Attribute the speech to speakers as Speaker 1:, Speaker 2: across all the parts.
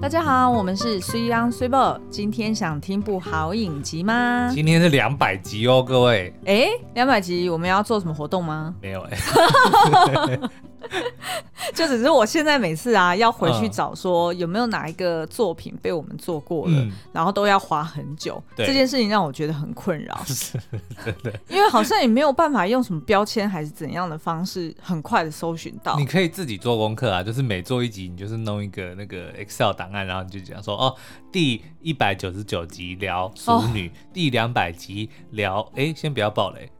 Speaker 1: 大家好，我们是虽央虽报，今天想听部好影集吗？
Speaker 2: 今天是两百集哦，各位
Speaker 1: 哎，两百集我们要做什么活动吗？
Speaker 2: 没有哎、
Speaker 1: 就只是我现在每次啊要回去
Speaker 2: 嗯
Speaker 1: 找说有没有哪一个作品被我们做过了，
Speaker 2: 嗯
Speaker 1: 然后都要花很久，
Speaker 2: 对
Speaker 1: 这件事情让我觉得很困 扰，因为好像也没有办法用什么标签还是怎样的方式很快的搜寻到
Speaker 2: 你。可以自己做功课啊，就是每做一集，你就是弄一个那个 Excel 档案，然后你就讲说，哦，第一百九十九集聊熟女，第两百集聊，哎、先不要爆雷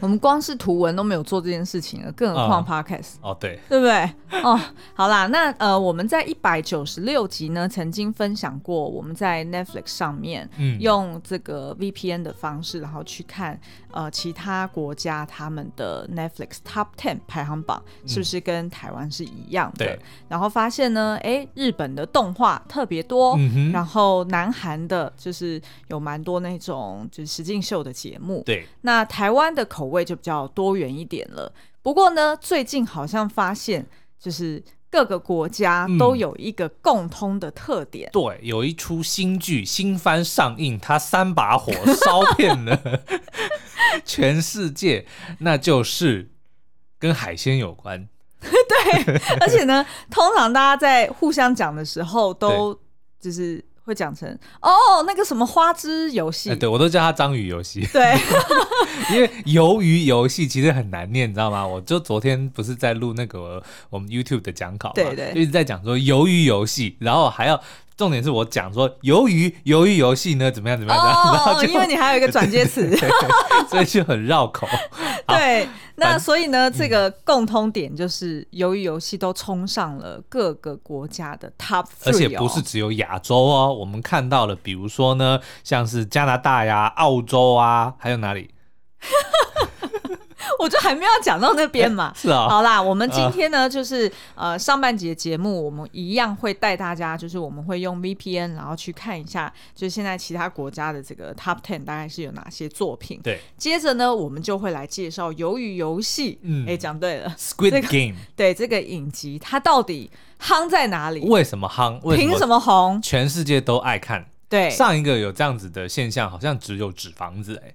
Speaker 1: 我们光是图文都没有做这件事情了，更何况
Speaker 2: 嗯
Speaker 1: podcast。
Speaker 2: 哦，对，
Speaker 1: 对不对？哦，好啦，那呃，我们在一百九十六集呢，曾经分享过我们在 Netflix 上面
Speaker 2: 嗯，
Speaker 1: 用这个 VPN 的方式，然后去看呃其他国家他们的 Netflix Top Ten 排行榜是不是跟台湾是一样的？
Speaker 2: 嗯对
Speaker 1: 然后发现呢，诶，日本的动画特别多。
Speaker 2: 嗯哼，
Speaker 1: 然后南韩的就是有蛮多那种就是实境秀的节目，
Speaker 2: 对，
Speaker 1: 那台湾的口味就比较多元一点了。不过呢，最近好像发现，就是各个国家都有一个共通的特 点。
Speaker 2: 对，有一出新剧新番上映，它三把火烧遍了 全世界，那就是跟海鲜有关。
Speaker 1: 而且呢，通常大家在互相讲的时候，都就是会讲成哦，那个什么花之游戏。
Speaker 2: 哎、对我都叫它章鱼游戏。
Speaker 1: 对
Speaker 2: 因为鱿鱼游戏其实很难念，你知道吗？我就昨天不是在录那个我们 YouTube 的讲稿嘛，
Speaker 1: 对对
Speaker 2: 就一直在讲说鱿鱼游戏，然后还要重点是我讲说鱿鱼鱿鱼游戏呢怎么样怎么样，然
Speaker 1: 哦
Speaker 2: 后
Speaker 1: 哦，
Speaker 2: 就
Speaker 1: 因为你还有一个转接 词。
Speaker 2: 所以就很绕口。 好嗯
Speaker 1: 对，那所以呢，这个共通点就是，由于游戏都冲上了各个国家的 Top
Speaker 2: 而
Speaker 1: three，、哦、
Speaker 2: 且不是只有亚洲哦，我们看到了，比如说呢，像是加拿大呀、澳洲啊，还有哪里？
Speaker 1: 我就还没有讲到那边嘛。
Speaker 2: 是啊、
Speaker 1: 好啦，我们今天呢，就是呃上半节节目，我们一样会带大家，就是我们会用 VPN，然后去看一下，就是现在其他国家的这个 Top Ten 大概是有哪些作品。
Speaker 2: 对
Speaker 1: 接着呢，我们就会来介绍《鱿鱼游戏》。嗯，
Speaker 2: 嗯
Speaker 1: 哎，讲对了，这
Speaker 2: ，Squid
Speaker 1: 个
Speaker 2: Game
Speaker 1: 对这个影集它到底夯在哪里？
Speaker 2: 为什么夯？为
Speaker 1: 凭什么红？
Speaker 2: 全世界都爱看？
Speaker 1: 对，
Speaker 2: 上一个有这样子的现象，好像只有纸房子、哎。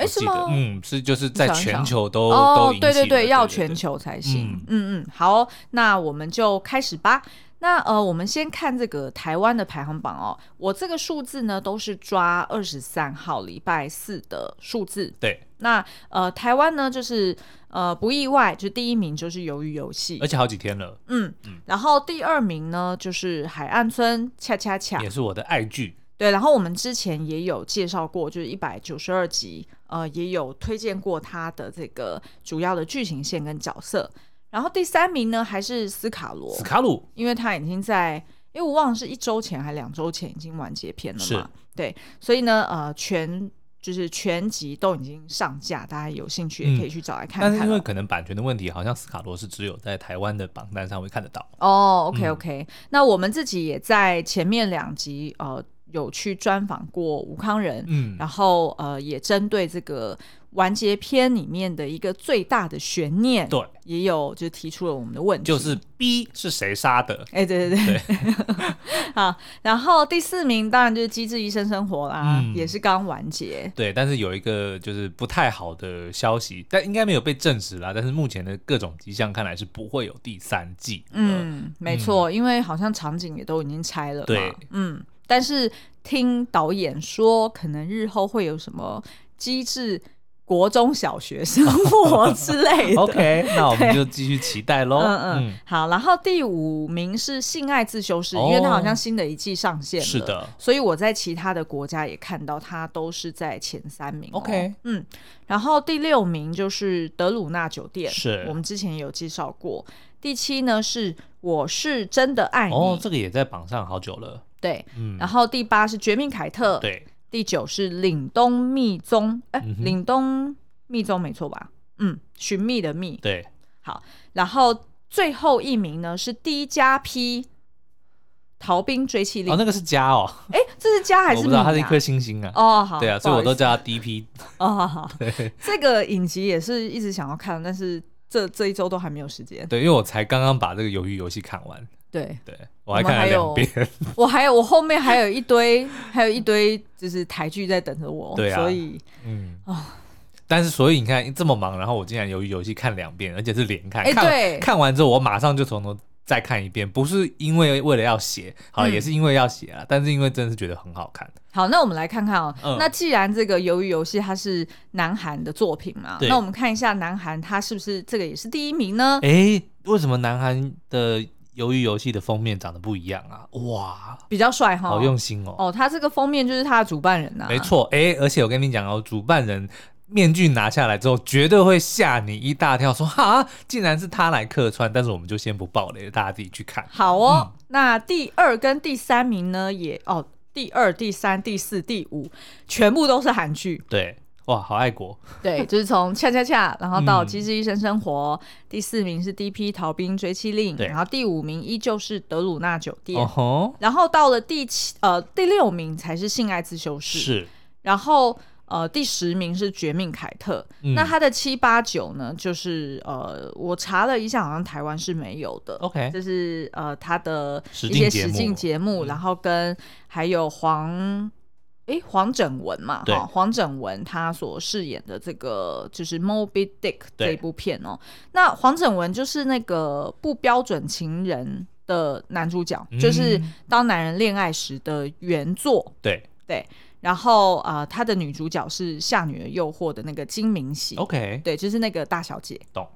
Speaker 1: 哎，
Speaker 2: 我
Speaker 1: 是
Speaker 2: 记得
Speaker 1: 吗？
Speaker 2: 嗯，是就是在
Speaker 1: 想一想
Speaker 2: 全球都都
Speaker 1: 哦
Speaker 2: 引，起
Speaker 1: 对
Speaker 2: 了
Speaker 1: 对对，要
Speaker 2: 对
Speaker 1: 全球才行
Speaker 2: 嗯。
Speaker 1: 嗯嗯，好，那我们就开始吧。那呃，我们先看这个台湾的排行榜哦。我这个数字呢，都是抓二十三号礼拜四的数字。
Speaker 2: 对，
Speaker 1: 那呃，台湾呢，就是呃不意外，就第一名就是鱿鱼游戏
Speaker 2: 而，且好几天了，
Speaker 1: 嗯，然后第二名呢就是海岸村恰恰恰，
Speaker 2: 也是我的爱剧。
Speaker 1: 对，然后我们之前也有介绍过，就是一百九十二集，呃，也有推荐过它的这个主要的剧情线跟角色。然后第三名呢，还是斯卡罗
Speaker 2: 斯，卡鲁
Speaker 1: 因为他已经在，因为我忘了是一周前还两周前已经完结篇了
Speaker 2: 是
Speaker 1: 嘛，对，所以呢，呃，全就是全集都已经上架，大家有兴趣也可以去找来看
Speaker 2: 嗯但
Speaker 1: 看
Speaker 2: 是
Speaker 1: 了。
Speaker 2: 因为可能版权的问题，好像斯卡罗是只有在台湾的榜单上会看得到。
Speaker 1: 哦，OK
Speaker 2: 嗯
Speaker 1: OK，、那我们自己也在前面两集呃有去专访过吴康仁，
Speaker 2: 嗯，
Speaker 1: 然后呃，也针对这个完结篇里面的一个最大的悬念，
Speaker 2: 对，
Speaker 1: 也有就提出了我们的问题，
Speaker 2: 就是 B 是谁杀的？
Speaker 1: 哎、对对对， 好，然后第四名当然就是《机智医生生活》啦，
Speaker 2: 嗯
Speaker 1: 也是刚完结，
Speaker 2: 对，但是有一个就是不太好的消息，但应该没有被证实啦。但是目前的各种迹象看来是不会有第三季。，
Speaker 1: 嗯，没错，因为好像场景也都已经拆了嘛，
Speaker 2: 对
Speaker 1: 嗯，但是听导演说，可能日后会有什么机智国中小学生 活之类 的
Speaker 2: OK，那我们就继续期待喽。
Speaker 1: 嗯嗯，，好。然后第五名是《性爱自修室》，因为它
Speaker 2: 哦
Speaker 1: 好像新的一季上线了，
Speaker 2: 是。的，
Speaker 1: 所以我在其他的国家也看到它都是在前三名哦、
Speaker 2: OK
Speaker 1: 嗯，然后第六名就是德鲁纳酒店，
Speaker 2: 是
Speaker 1: 我们之前有介绍过。第七呢是我是真的爱你，
Speaker 2: 哦，这个也在榜上好久了。
Speaker 1: 对。
Speaker 2: 嗯，
Speaker 1: 然后第八是绝命凯特，。
Speaker 2: 对，
Speaker 1: 第九是岭东密宗，哎、
Speaker 2: 嗯哼
Speaker 1: 岭东密宗没错吧？嗯，寻觅的觅，
Speaker 2: 对，哦
Speaker 1: 然后最后一名呢是 D 加 P 逃兵追缉令。
Speaker 2: 哦，
Speaker 1: 哎、
Speaker 2: 那个是家哦，
Speaker 1: 这是加还
Speaker 2: 我
Speaker 1: 是
Speaker 2: 不
Speaker 1: 米、
Speaker 2: 知道
Speaker 1: 啊？
Speaker 2: 它是一颗星星啊。
Speaker 1: 哦，好，
Speaker 2: 对啊，
Speaker 1: 不
Speaker 2: 所以
Speaker 1: 好
Speaker 2: 我都
Speaker 1: 意思
Speaker 2: 叫它 DP。
Speaker 1: 哦，好好 这个影集也是一直想要看，但是这这一周都还没有时间。
Speaker 2: 对，因为我才刚刚把这个鱿鱼游戏看完。
Speaker 1: 对
Speaker 2: 对我还看
Speaker 1: 我们
Speaker 2: 了
Speaker 1: 还
Speaker 2: 两
Speaker 1: 有
Speaker 2: 遍，
Speaker 1: 我还有我后面还有一堆， 还有一堆就是台剧在等着我，
Speaker 2: 对啊
Speaker 1: 所以
Speaker 2: 嗯
Speaker 1: 哦
Speaker 2: 但是所以你看这么忙，然后我竟然由于游戏看两遍，而且是连看，
Speaker 1: 哎
Speaker 2: 看
Speaker 1: 对
Speaker 2: 完看完之后我马上就从头再看一遍，不是因为为了要写，好、
Speaker 1: 嗯
Speaker 2: 也是因为要写啊，但是因为真的是觉得很好看，
Speaker 1: 好，那我们来看看哦。
Speaker 2: 嗯
Speaker 1: 那既然这个《鱿鱼游戏》它是南韩的作品嘛，
Speaker 2: 对哎
Speaker 1: 那我们看一下南韩它是不是这个也是第一名呢？
Speaker 2: 诶，为什么南韩的鱿鱼游戏的封面长得不一样啊？哇，
Speaker 1: 比较帅哈，
Speaker 2: 好用心哦。
Speaker 1: 哦，他这个封面就是他的主办人呐、啊
Speaker 2: 没，错，诶，而且我跟你讲哦，主办人面具拿下来之后，绝对会吓你一大跳说哈，竟然是他来客串。但是我们就先不爆雷了，大家自己去看。
Speaker 1: 好哦。
Speaker 2: 嗯
Speaker 1: 那第二跟第三名呢，也哦，第二、第三、第四、第五，全部都是韩剧。
Speaker 2: 对，哇，好爱国。
Speaker 1: 对，就是从恰恰恰，然后到
Speaker 2: 嗯
Speaker 1: 机智医生生活，第四名是 D.P. 逃兵追妻令，
Speaker 2: 对
Speaker 1: 然后第五名依旧是德鲁纳酒店。
Speaker 2: 哦吼，
Speaker 1: 然后到了第七呃第六名才是性爱自修室，
Speaker 2: 是，
Speaker 1: 然后呃第十名是绝命凯特，
Speaker 2: 嗯
Speaker 1: 那它的七八九呢，就是呃，我查了一下，好像台湾是没有的。
Speaker 2: OK
Speaker 1: 这是呃它的
Speaker 2: 实
Speaker 1: 一些
Speaker 2: 境节
Speaker 1: 实
Speaker 2: 目嗯
Speaker 1: 境节目，然后跟还有黄。诶，黄整文嘛，
Speaker 2: 对
Speaker 1: 哈，黄整文他所饰演的这个就是《Moby Dick》
Speaker 2: 对
Speaker 1: 这一部片哦。那黄整文就是那个不标准情人的男主角，
Speaker 2: 嗯
Speaker 1: 就是《当男人恋爱时》的原作。
Speaker 2: 对
Speaker 1: 对，然后呃，她的女主角是《夏女的诱惑》的那个金明喜
Speaker 2: ，OK，
Speaker 1: 对，就是那个大小姐。
Speaker 2: 懂。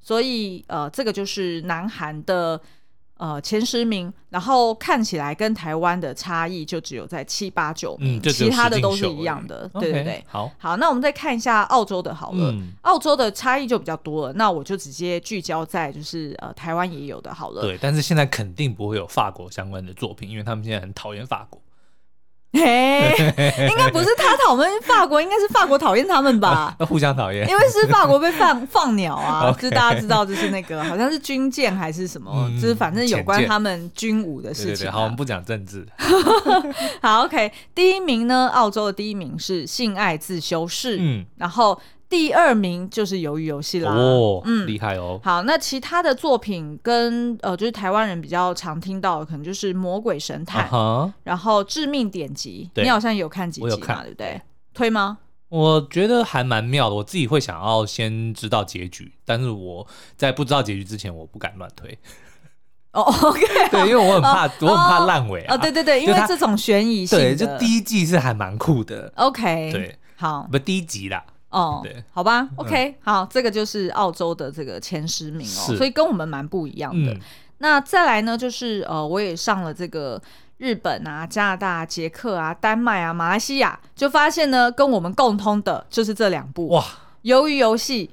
Speaker 1: 所以呃，这个就是南韩的呃前十名，然后看起来跟台湾的差异就只有在七八九名，
Speaker 2: 嗯，就只
Speaker 1: 其
Speaker 2: 有
Speaker 1: 他
Speaker 2: 实
Speaker 1: 的
Speaker 2: 境
Speaker 1: 都是
Speaker 2: 秀而
Speaker 1: 一
Speaker 2: 已
Speaker 1: 样的。对
Speaker 2: OK，
Speaker 1: 对对。
Speaker 2: 好，
Speaker 1: 好，那我们再看一下澳洲的好了。
Speaker 2: 嗯，
Speaker 1: 澳洲的差异就比较多了，那我就直接聚焦在就是呃台湾也有的好了。
Speaker 2: 对，但是现在肯定不会有法国相关的作品，因为他们现在很讨厌法国。
Speaker 1: 嘿，应该不是他讨厌法国，应该是法国讨厌他们吧？
Speaker 2: 那 互相讨厌
Speaker 1: 啊因。为是法国被放放鸟啊，
Speaker 2: OK
Speaker 1: 就是大家知道，就是那个好像是军舰还是什么，
Speaker 2: 嗯
Speaker 1: 就是反正有关
Speaker 2: 潜舰
Speaker 1: 他们军武的
Speaker 2: 对
Speaker 1: 事
Speaker 2: 对
Speaker 1: 情
Speaker 2: 对，
Speaker 1: 啊、
Speaker 2: 好，我们不讲政治。
Speaker 1: 好 OK，第一名呢，澳洲的第一名是性爱自修室，
Speaker 2: 嗯，
Speaker 1: 然后第二名就是鱿鱼游戏啦。
Speaker 2: 哦，
Speaker 1: 嗯
Speaker 2: 厉害哦。
Speaker 1: 好，那其他的作品跟呃，就是台湾人比较常听到的，可能就是《魔鬼神探
Speaker 2: 啊》哈，
Speaker 1: 然后《致命典籍》，
Speaker 2: 对
Speaker 1: 你好像有看几集
Speaker 2: 我有
Speaker 1: 嘛，
Speaker 2: 看
Speaker 1: 对不对？推吗？
Speaker 2: 我觉得还蛮妙的。我自己会想要先知道结局，但是我在不知道结局之前，我不敢乱推。
Speaker 1: 哦、o k
Speaker 2: 对，因为我很 怕，我很怕烂尾啊。
Speaker 1: 哦，对对对，因
Speaker 2: 就
Speaker 1: 为
Speaker 2: 它
Speaker 1: 这种悬疑性
Speaker 2: 对，
Speaker 1: 的，
Speaker 2: 就第一季是还蛮酷的。
Speaker 1: OK，
Speaker 2: 对，
Speaker 1: 好
Speaker 2: 不，第一集啦。
Speaker 1: 哦
Speaker 2: 对，嗯
Speaker 1: 好吧，OK，好，这个就是澳洲的这个前十名哦，
Speaker 2: 是
Speaker 1: 所以跟我们蛮不一样的。
Speaker 2: 嗯，
Speaker 1: 那再来呢，就是呃，我也上了这个日本啊、加拿大、捷克啊、丹麦啊、马来西亚，就发现呢，跟我们共通的就是这两部
Speaker 2: 哇，
Speaker 1: 《鱿鱼游戏》，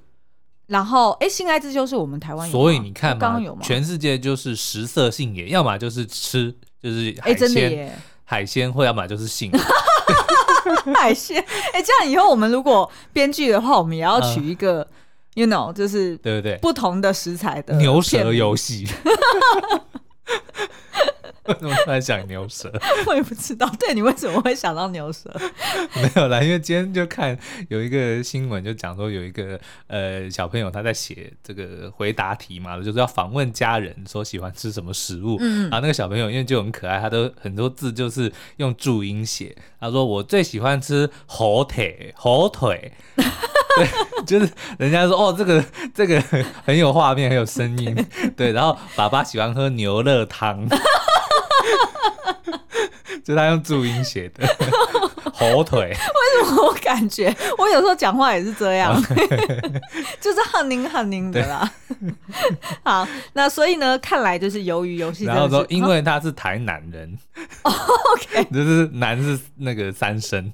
Speaker 1: 然后哎，《性爱之修》是我们台湾有吗，
Speaker 2: 所以你看
Speaker 1: 刚
Speaker 2: 嘛
Speaker 1: 刚有，吗？
Speaker 2: 全世界就是食色性也，要么就是吃，就是
Speaker 1: 哎，
Speaker 2: 海
Speaker 1: 真的
Speaker 2: 鲜，
Speaker 1: 耶，
Speaker 2: 海鲜或要么就 是性。
Speaker 1: 海鲜，哎，这样以后我们如果编剧的话，我们也要取一个、y o u know，就是
Speaker 2: 嗯对不对？
Speaker 1: 不同的食材的
Speaker 2: 牛
Speaker 1: 片
Speaker 2: 舌
Speaker 1: 名
Speaker 2: 游戏。 为什么突然想牛舌？
Speaker 1: 我也不知道，对你为什么会想到牛舌？
Speaker 2: 没有啦，因为今天就看有一个新闻，就讲说有一个呃小朋友他在写这个回答题嘛，就是要访问家人说喜欢吃什么食物。
Speaker 1: 嗯
Speaker 2: 然后那个小朋友因为就很可爱，他都很多字就是用注音写。他说我最喜欢吃火腿，火腿。对，就是人家说哦，这个这个很有画面，很有声音。对，然后爸爸喜欢喝牛肉汤， 就他用注音写的火腿。
Speaker 1: 我感觉我有时候讲话也是这
Speaker 2: 啊
Speaker 1: 样， 就是汗宁汗宁的啦。好，那所以呢，看来就是鱿鱼游戏真
Speaker 2: 然后
Speaker 1: 的
Speaker 2: 说
Speaker 1: 是，
Speaker 2: 因为他是台南人、o
Speaker 1: 哦
Speaker 2: k 就是南是那个三声，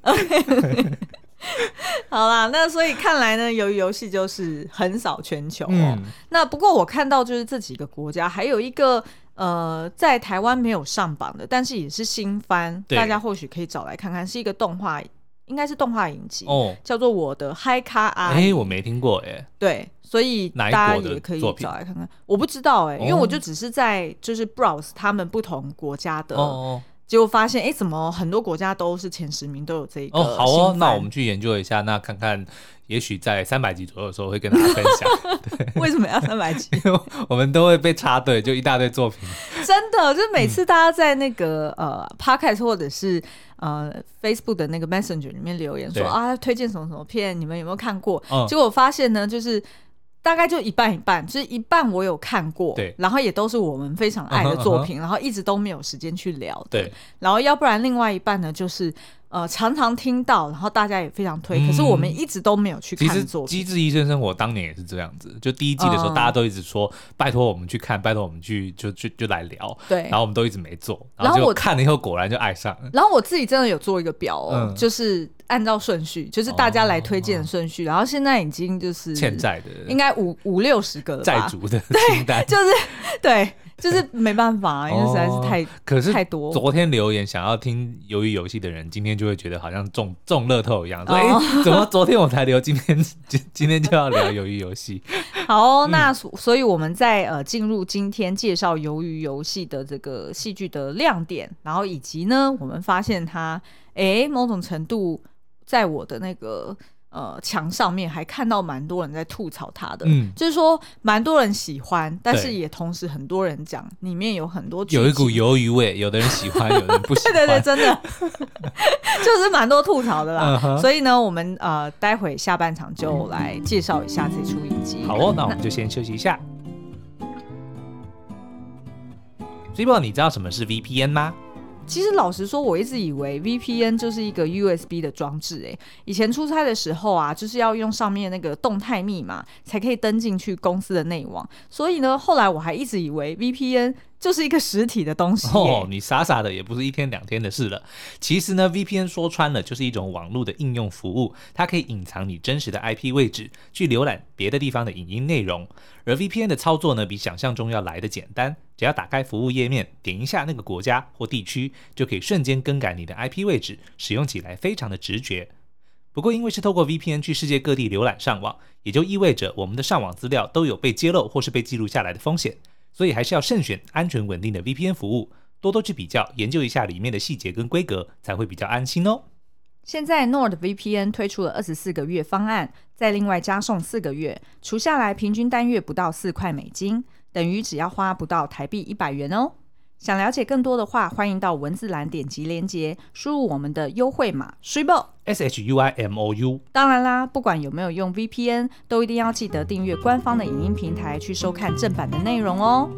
Speaker 1: 好啦，那所以看来呢，鱿鱼游戏就是横扫全球哦。
Speaker 2: 嗯，
Speaker 1: 那不过我看到就是这几个国家，还有一个。呃，在台湾没有上榜的，但是也是新番，
Speaker 2: 对
Speaker 1: 大家或许可以找来看看，是一个动画，应该是动画影集，
Speaker 2: 哦，
Speaker 1: 叫做《我的嗨咖阿
Speaker 2: 哎、
Speaker 1: 姨》。
Speaker 2: 我没听过、哎，
Speaker 1: 对，所以
Speaker 2: 哪
Speaker 1: 大家
Speaker 2: 一国的
Speaker 1: 也可以
Speaker 2: 作品
Speaker 1: 找来看看。我不知道哎、因为
Speaker 2: 哦
Speaker 1: 我就只是在就是 browse 他们不同国家的
Speaker 2: 哦哦，
Speaker 1: 结果发现，哎，怎么很多国家都是前十名都有这一个
Speaker 2: 哦，好哦，
Speaker 1: 新番
Speaker 2: 那我们去研究一下，那看看，也许在三百集左右的时候会跟大家分 享。
Speaker 1: 为什么要三百 集？
Speaker 2: 因为我们都会被插队，就一大堆作品。
Speaker 1: 真的，就是每次大家在那个、呃 podcast 或者是呃 Facebook 的那个 Messenger 里面留言说
Speaker 2: 对
Speaker 1: 啊，推荐什么什么片，你们有没有看过？
Speaker 2: 嗯
Speaker 1: 结果我发现呢，就是。大概就一半一半，就是一半我有看过，
Speaker 2: 对
Speaker 1: 然后也都是我们非常爱的
Speaker 2: 嗯哼
Speaker 1: 作品，然后一直都没有时间去聊的，
Speaker 2: 对，
Speaker 1: 然后要不然另外一半呢，就是呃常常听到，然后大家也非常推，
Speaker 2: 嗯
Speaker 1: 可是我们一直都没有去
Speaker 2: 其实
Speaker 1: 看
Speaker 2: 《
Speaker 1: 作品，
Speaker 2: 机智医生生活》当年也是这样子，就第一季的时候，
Speaker 1: 嗯
Speaker 2: 大家都一直说、拜托我们去看，拜托我们去就就就来聊，
Speaker 1: 对
Speaker 2: 然，后我们都一直没做，
Speaker 1: 然后
Speaker 2: 后就
Speaker 1: 我
Speaker 2: 看了以后果然就爱上了。
Speaker 1: 然后我自己真的有做一个表哦，
Speaker 2: 嗯
Speaker 1: 就是按照顺序，就是大家来推荐的顺序。然后现在已经就是
Speaker 2: 哦欠债的
Speaker 1: 嗯应该五五六十个了
Speaker 2: 债
Speaker 1: 吧？
Speaker 2: 主的清单，
Speaker 1: 就是对，就是没办法，因为实在是
Speaker 2: 哦
Speaker 1: 太、
Speaker 2: 可是
Speaker 1: 太多。
Speaker 2: 昨天留言想要听《鱿鱼游戏》的人，今天就会觉得好像中中乐透一样，
Speaker 1: 哦
Speaker 2: 说哎、诶怎么昨天我才留，今天 今今天就要聊《鱿鱼游 戏》
Speaker 1: 好哦、
Speaker 2: 嗯
Speaker 1: 那所所以我们在呃进入今天介绍《鱿鱼游戏》的这个戏剧的亮点，然后以及呢，我们发现它诶某种程度在我的那个呃墙上面还看到蛮多人在吐槽它的，
Speaker 2: 嗯
Speaker 1: 就是说蛮多人喜欢，但是
Speaker 2: 对
Speaker 1: 也同时很多人讲里面有很多剧情
Speaker 2: 有 一股鱿鱼味，有的人喜欢，有的人不喜欢。
Speaker 1: 对对对，真的 就是蛮多吐槽的啦
Speaker 2: 嗯。哼嗯
Speaker 1: 所以呢，我们呃待会下半场就来介绍一下这出影集。
Speaker 2: 好哦，那我们就先休息一下。z i b o 你知道什么是 VPN 吗？
Speaker 1: 其实老实说，我一直以为 VPN 就是一个 USB 的装置、欸。以前出差的时候啊，就是要用上面那个动态密码才可以登进去公司的内网。所以呢，后来我还一直以为 VPN 就是一个实体的东西、欸。
Speaker 2: 哦，你傻傻的也不是一天两天的事了。其实呢，VPN 说穿了就是一种网络的应用服务，它可以隐藏你真实的 IP 位置，去浏览别的地方的影音内容。而 VPN 的操作呢，比想象中要来的简单，只要打开服务页面，点一下那个国家或地区，就可以瞬间更改你的 IP 位置，使用起来非常的直觉。不过，因为是透过 VPN 去世界各地浏览上网，也就意味着我们的上网资料都有被揭露或是被记录下来的风险，所以还是要慎选安全稳定的 VPN 服务，多多去比较研究一下里面的细节跟规格，才会比较安心哦。
Speaker 1: 现在 NordVPN 推出了二十四个月方案，再另外加送四个月，除下来平均单月不到四块美金，等于只要花不到台币一百元哦。想了解更多的话，欢迎到文字栏点击链接，输入我们的优惠码 s h i b o
Speaker 2: S H U I M O U，
Speaker 1: 当然啦，不管有没有用 VPN，都一定要记得订阅官方的影音平台去收看正版的内容哦。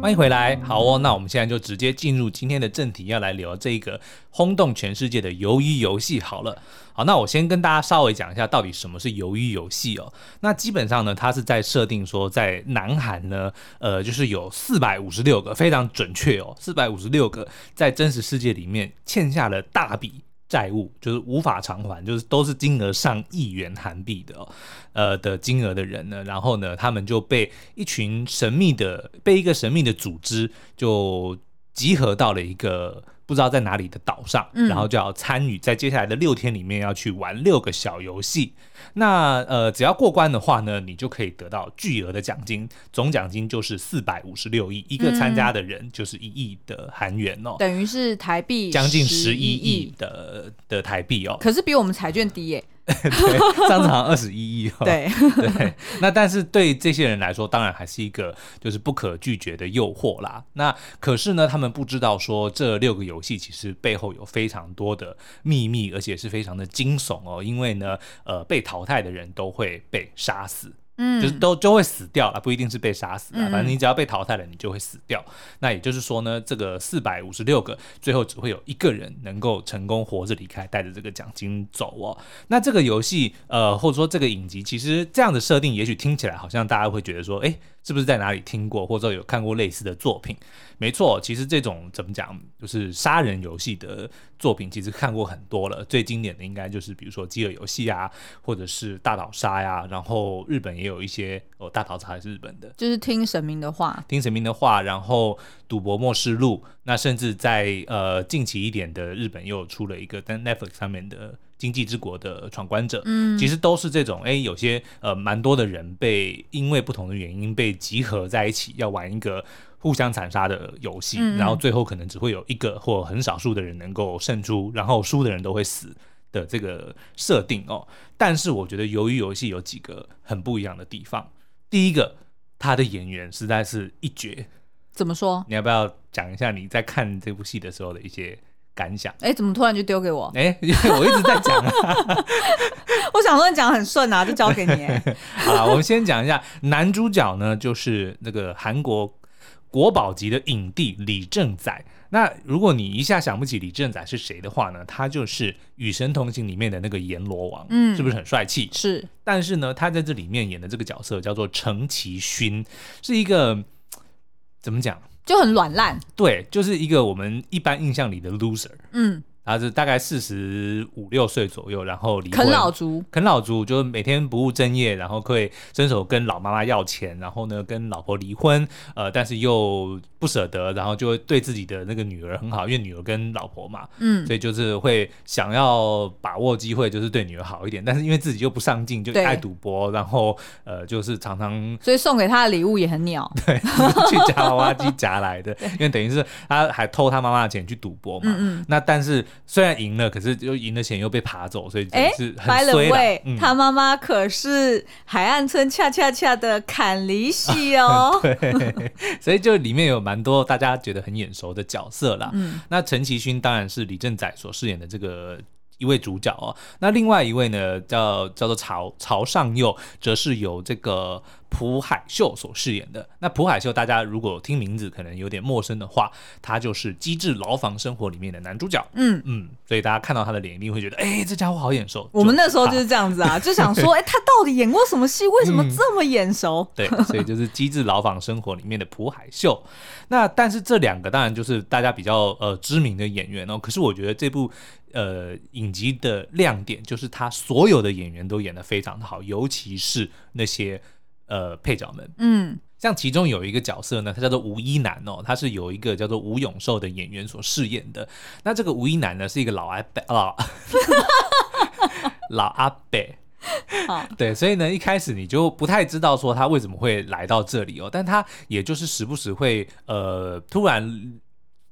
Speaker 2: 欢迎回来。好哦，那我们现在就直接进入今天的正题，要来聊这个轰动全世界的鱿鱼游戏。好了，好，那我先跟大家稍微讲一下到底什么是鱿鱼游戏哦。那基本上呢，它是在设定说，在南韩呢，呃，就是有四百五十六个，非常准确哦，四百五十六个在真实世界里面欠下了大笔债务，就是无法偿还，就是都是金额上亿元韩币的、哦，呃的金额的人呢，然后呢，他们就被一群神秘的，被一个神秘的组织就集合到了一个。不知道在哪里的岛上，
Speaker 1: 嗯
Speaker 2: 然后就要参与在接下来的六天里面要去玩六个小游戏，那呃，只要过关的话呢，你就可以得到巨额的奖金，总奖金就是四百五十六亿，一个参加的人就是一亿的韩元哦，
Speaker 1: 等于是台币
Speaker 2: 将近
Speaker 1: 11，
Speaker 2: 十一亿，的的台币哦
Speaker 1: 可是比我们彩券低耶、
Speaker 2: 对， 上次好像二十一亿哦，
Speaker 1: 对，
Speaker 2: 对，那但是对这些人来说，当然还是一个就是不可拒绝的诱惑啦。那可是呢，他们不知道说这六个游戏其实背后有非常多的秘密，而且是非常的惊悚哦。因为呢，呃，被淘汰的人都会被杀死，
Speaker 1: 嗯
Speaker 2: 就是都就会死掉了，不一定是被杀死啊
Speaker 1: 嗯，嗯
Speaker 2: 反正你只要被淘汰了，你就会死掉。那也就是说呢，这个四百五十六个，最后只会有一个人能够成功活着离开，带着这个奖金走哦。那这个游戏，呃，或者说这个影集，其实这样的设定，也许听起来好像大家会觉得说，诶，是不是在哪里听过，或者说有看过类似的作品？没错，其实这种怎么讲，就是杀人游戏的作品，其实看过很多了。最经典的应该就是比如说《饥饿游戏》啊，或者是《大逃杀》呀，然后日本也有一些哦，《大逃杀》还是日本的，
Speaker 1: 就是听神明的话，
Speaker 2: 听神明的话，然后赌博末世录，那甚至在呃近期一点的日本又出了一个在 Netflix 上面的《经济之国的闯关者》，嗯，其实都是这种，哎，有些呃蛮多的人被因为不同的原因被集合在一起，要玩一个。互相残杀的游戏，
Speaker 1: 嗯嗯
Speaker 2: 然后最后可能只会有一个或很少数的人能够胜出，然后输的人都会死的这个设定哦。但是我觉得鱿鱼游戏有几个很不一样的地方，第一个，它的演员实在是一绝。
Speaker 1: 怎么说？
Speaker 2: 你要不要讲一下你在看这部戏的时候的一些感想？
Speaker 1: 哎，怎么突然就丢给我？
Speaker 2: 哎、 因为我一直在讲啊，
Speaker 1: 我想说你讲得很顺啊，就交给你。哎
Speaker 2: 好啦，我们先讲一下男主角呢，就是那个韩国国宝级的影帝李正宰。那如果你一下想不起李正宰是谁的话呢，他就是《与神同行》里面的那个阎罗王，
Speaker 1: 嗯
Speaker 2: 是不是很帅气？
Speaker 1: 是，
Speaker 2: 但是呢，他在这里面演的这个角色叫做程其勋，是一个怎么讲？
Speaker 1: 就很软烂。
Speaker 2: 对，就是一个我们一般印象里的 loser，
Speaker 1: 嗯，
Speaker 2: 他是大概四十五六岁左右，然后离婚
Speaker 1: 啃老族。
Speaker 2: 啃老族，就是每天不务正业，然后会伸手跟老妈妈要钱，然后呢跟老婆离婚，呃，但是又不舍得，然后就会对自己的那个女儿很好，因为女儿跟老婆嘛，
Speaker 1: 嗯，
Speaker 2: 所以就是会想要把握机会，就是对女儿好一点，但是因为自己又不上进，就
Speaker 1: 对
Speaker 2: 爱赌博，然后呃，就是常常
Speaker 1: 所以送给他的礼物也很鸟。
Speaker 2: 去夹娃娃机夹来的，因为等于是他还偷他妈妈的钱去赌博嘛。
Speaker 1: 嗯嗯。
Speaker 2: 那但是虽然赢了，可是又赢的钱又被扒走，所以真
Speaker 1: 哎
Speaker 2: 的是
Speaker 1: 白
Speaker 2: 很
Speaker 1: 了
Speaker 2: 衰啦
Speaker 1: 喂，
Speaker 2: 嗯
Speaker 1: 他妈妈可是海岸村恰恰恰的坎里喜 哦。
Speaker 2: 对，所以就里面有蛮多大家觉得很眼熟的角色啦。
Speaker 1: 嗯
Speaker 2: 那陈其勋当然是李正宰所饰演的这个一位主角哦。那另外一位呢，叫叫做曹曹尚佑，则是由这个朴海秀所饰演的。那朴海秀，大家如果听名字可能有点陌生的话，他就是《机智牢房生活》里面的男主角。
Speaker 1: 嗯，
Speaker 2: 嗯，所以大家看到他的脸，一定会觉得，哎、这家伙好眼熟。
Speaker 1: 我们那时候
Speaker 2: 他
Speaker 1: 就是这样子啊，就嗯想 说，哎、他到底演过什么戏？为什么这么眼熟？
Speaker 2: 对，所以就是《机智牢房生活》里面的朴海秀。那但是这两个当然就是大家比较呃知名的演员哦。可是我觉得这部呃影集的亮点就是他所有的演员都演得非常的好，尤其是那些呃配角们。
Speaker 1: 嗯
Speaker 2: 像其中有一个角色呢，他叫做吴一男哦，他是有一个叫做吴永寿的演员所饰演的。那这个吴一男呢，是一个老阿伯，老 老阿伯。
Speaker 1: 嗯好
Speaker 2: 对，所以呢，一开始你就不太知道说他为什么会来到这里哦，但他也就是时不时会呃突然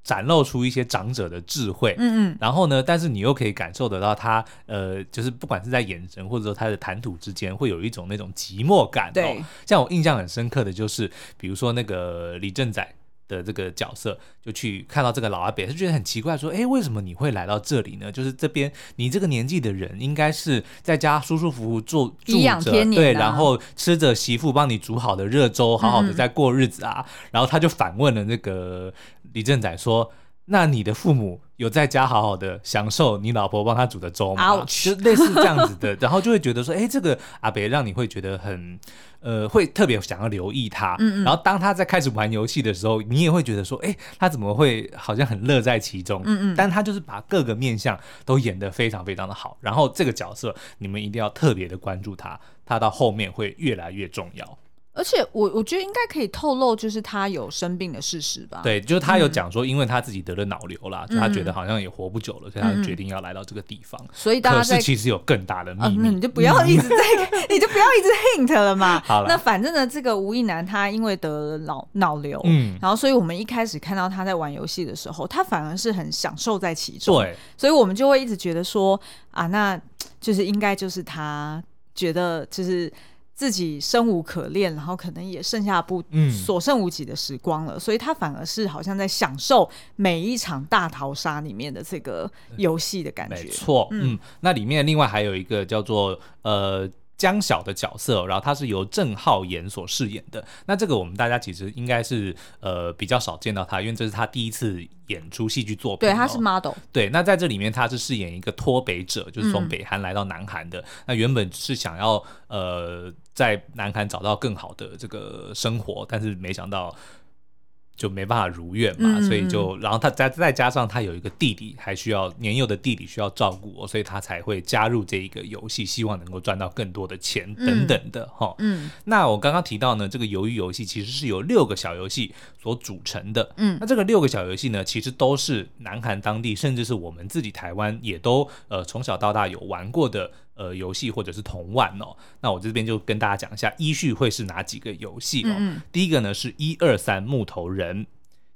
Speaker 2: 展露出一些长者的智慧，
Speaker 1: 嗯嗯，
Speaker 2: 然后呢，但是你又可以感受得到他呃，就是不管是在眼神或者说他的谈吐之间，会有一种那种寂寞感、哦。
Speaker 1: 对，
Speaker 2: 像我印象很深刻的就是，比如说那个李正宰。的这个角色就去看到这个老阿伯，他就觉得很奇怪，说：“哎，为什么你会来到这里呢？就是这边你这个年纪的人，应该是在家舒舒服服住住
Speaker 1: 颐养
Speaker 2: 着，
Speaker 1: 天年
Speaker 2: 对，
Speaker 1: 啊嗯
Speaker 2: 然后吃着媳妇帮你煮好的热粥，啊好好的在过日子啊。然后他就反问了那个李正宰说：“那你的父母有在家好好的享受你老婆帮他煮的粥吗？”
Speaker 1: Ouch
Speaker 2: 就类似这样子的， 然后就会觉得说：“哎，这个阿北让你会觉得很。”呃，会特别想要留意他，然后当他在开始玩游戏的时候，你也会觉得说，哎、他怎么会好像很乐在其中？嗯嗯，但他就是把各个面相都演得非常非常的好，然后这个角色你们一定要特别的关注他，他到后面会越来越重要。
Speaker 1: 而且我我觉得应该可以透露，就是他有生病的事实吧？，
Speaker 2: 对，就是
Speaker 1: 嗯
Speaker 2: 他有讲说，因为他自己得了脑瘤啦，就他觉得好像也活不久了，所以他就决定要来到这个地方。
Speaker 1: 所嗯以大
Speaker 2: 可
Speaker 1: 家
Speaker 2: 是
Speaker 1: 在。
Speaker 2: 其实有更大的
Speaker 1: 啊，
Speaker 2: 秘
Speaker 1: 那
Speaker 2: 密。嗯
Speaker 1: 你就不要一直 在，你就不要一直 hint 了嘛。
Speaker 2: 好啦
Speaker 1: 那反正呢，这个吴亦男他因为得了脑脑瘤，
Speaker 2: 嗯
Speaker 1: 然后所以我们一开始看到他在玩游戏的时候，他反而是很享受在其中。
Speaker 2: 对，
Speaker 1: 所以我们就会一直觉得说啊，那就是应该就是他觉得就是自己生无可恋，然后可能也剩下不、
Speaker 2: 嗯
Speaker 1: 所剩无几的时光了，所以他反而是好像在享受每一场大逃杀里面的这个游戏的感
Speaker 2: 没
Speaker 1: 觉。
Speaker 2: 错。嗯，那里面另外还有一个叫做呃。江晓的角色哦，然后他是由郑浩妍所饰演的。那这个我们大家其实应该是呃比较少见到他，因为这是他第一次演出戏剧作品、
Speaker 1: 对，
Speaker 2: 哦。
Speaker 1: 他是 model，
Speaker 2: 对，那在这里面他是饰演一个脱北者，就是
Speaker 1: 嗯
Speaker 2: 从北韩来到南韩的。那原本是想要呃在南韩找到更好的这个生活，但是没想到。就没办法如愿嘛，
Speaker 1: 嗯
Speaker 2: 所以就，然后他再再加上他有一个弟弟，还需要年幼的弟弟需要照顾哦，所以他才会加入这一个游戏，希望能够赚到更多的钱等等的哈。
Speaker 1: 嗯
Speaker 2: 那我刚刚提到呢，这个鱿鱼游戏其实是由六个小游戏所组成的。
Speaker 1: 嗯
Speaker 2: 那这个六个小游戏呢，其实都是南韩当地，甚至是我们自己台湾也都呃从小到大有玩过的呃游戏或者是同玩哦。那我这边就跟大家讲一下依序会是哪几个游戏哦。
Speaker 1: 嗯嗯
Speaker 2: 第一个呢是一二三木头人，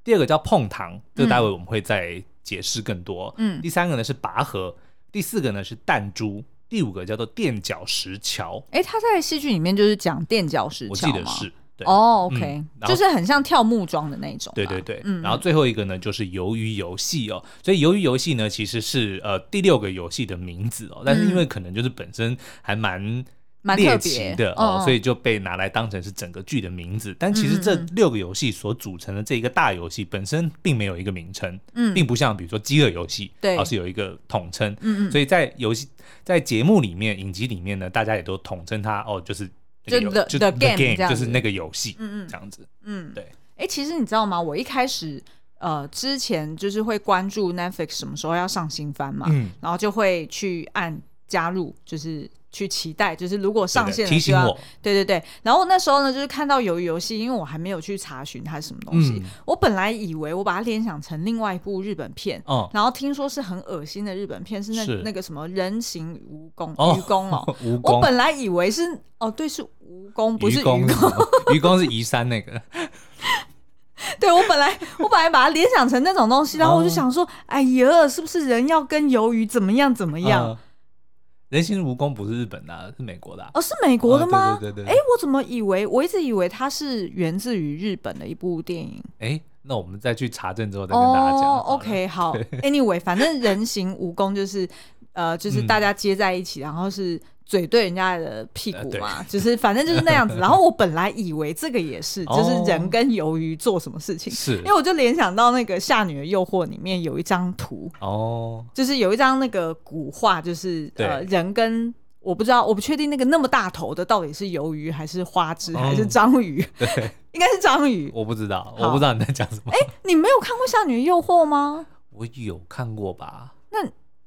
Speaker 2: 第二个叫碰糖，这个待会我们会再解释更多。
Speaker 1: 嗯
Speaker 2: 第三个呢是拔河，第四个呢是弹珠，第五个叫做垫脚石桥，
Speaker 1: 哎、他在戏剧里面就是讲垫脚石
Speaker 2: 我
Speaker 1: 桥
Speaker 2: 记得
Speaker 1: 吗
Speaker 2: 是。对
Speaker 1: 哦，OK，、
Speaker 2: 嗯然后
Speaker 1: 就是很像跳木桩的那种吧。
Speaker 2: 对对对，
Speaker 1: 嗯，
Speaker 2: 然后最后一个呢就是鱿鱼游戏哦，所以鱿鱼游戏呢其实是呃第六个游戏的名字哦，但是因为可能就是本身还蛮
Speaker 1: 嗯蛮特
Speaker 2: 猎
Speaker 1: 别嗯
Speaker 2: 奇的哦，所
Speaker 1: 以
Speaker 2: 以就被拿来当成是整个剧的名字。但其实这
Speaker 1: 嗯嗯
Speaker 2: 六个游戏所组成的这一个大游戏本身并没有一个名称，
Speaker 1: 嗯
Speaker 2: 并不像比如说饥饿游戏，哦
Speaker 1: 对
Speaker 2: 而是有一个统称。
Speaker 1: 嗯嗯，
Speaker 2: 所以在游戏在节目里面、影集里面呢，大家也都统称它哦，就是那个
Speaker 1: 就
Speaker 2: 游
Speaker 1: the-
Speaker 2: 就
Speaker 1: the game 这
Speaker 2: game，
Speaker 1: 样
Speaker 2: 就
Speaker 1: 子
Speaker 2: 是那个游戏，
Speaker 1: 嗯嗯
Speaker 2: 这样子。
Speaker 1: 嗯，
Speaker 2: 对。
Speaker 1: 哎、其实你知道吗？我一开始呃之前就是会关注 Netflix 什么时候要上新番嘛，
Speaker 2: 嗯，
Speaker 1: 然后就会去按加入，就是去期待，就是如果上
Speaker 2: 对
Speaker 1: 线
Speaker 2: 对
Speaker 1: 了就
Speaker 2: 提醒
Speaker 1: 要
Speaker 2: 我，
Speaker 1: 对对对，然后那时候呢，就是看到鱿鱼游戏，因为我还没有去查询它是什么东西，
Speaker 2: 嗯
Speaker 1: 我本来以为我把它联想成另外一部日本片，
Speaker 2: 哦
Speaker 1: 然后听说是很恶心的日本片，是那
Speaker 2: 是
Speaker 1: 那个什么人形蜈蚣，
Speaker 2: 哦
Speaker 1: 蜈蚣哦。
Speaker 2: 蜈
Speaker 1: 我
Speaker 2: 蚣，
Speaker 1: 本来以为是哦，对，是蜈蚣，不是蜈
Speaker 2: 蜈蚣是
Speaker 1: 蚣。
Speaker 2: 什么， 蜈蚣是移山那个，
Speaker 1: 对我本来我本来把它联想成那种东西，然后我就
Speaker 2: 哦
Speaker 1: 想说，哎呀，是不是人要跟鱿鱼怎么样怎么样？
Speaker 2: 嗯人形蜈蚣不是日本的啊，是美国的啊。
Speaker 1: 哦，是美国的
Speaker 2: 啊
Speaker 1: 吗？
Speaker 2: 对对对
Speaker 1: 哎、
Speaker 2: 对对。
Speaker 1: 我怎么以为？我一直以为它是源自于日本的一部电影。
Speaker 2: 哎，那我们再去查证之后再跟大家讲
Speaker 1: 哦
Speaker 2: 好了。
Speaker 1: ，OK，好。Anyway，反正人形蜈蚣就是呃，就是
Speaker 2: 嗯
Speaker 1: 大家接在一起，然后是嘴对人家的屁股
Speaker 2: 呃对
Speaker 1: 嘛，就是反正就是那 样子。然后我本来以为这个也是，就是
Speaker 2: 哦
Speaker 1: 人跟鱿鱼做什么事情，
Speaker 2: 是
Speaker 1: 因为我就联想到那个《夏女的诱惑》里面有一张图，
Speaker 2: 哦，
Speaker 1: 就是有一张那个古画，就是
Speaker 2: 对
Speaker 1: 呃人跟。我不知道，我不确定那个那么大头的到底是鱿鱼还是花枝
Speaker 2: 哦
Speaker 1: 还是章鱼，
Speaker 2: 对，
Speaker 1: 应该是章鱼。
Speaker 2: 我不知道，
Speaker 1: 好
Speaker 2: 我不知道你在讲什么。哎，
Speaker 1: 你没有看过《夏女的诱惑》吗？
Speaker 2: 我有看过吧？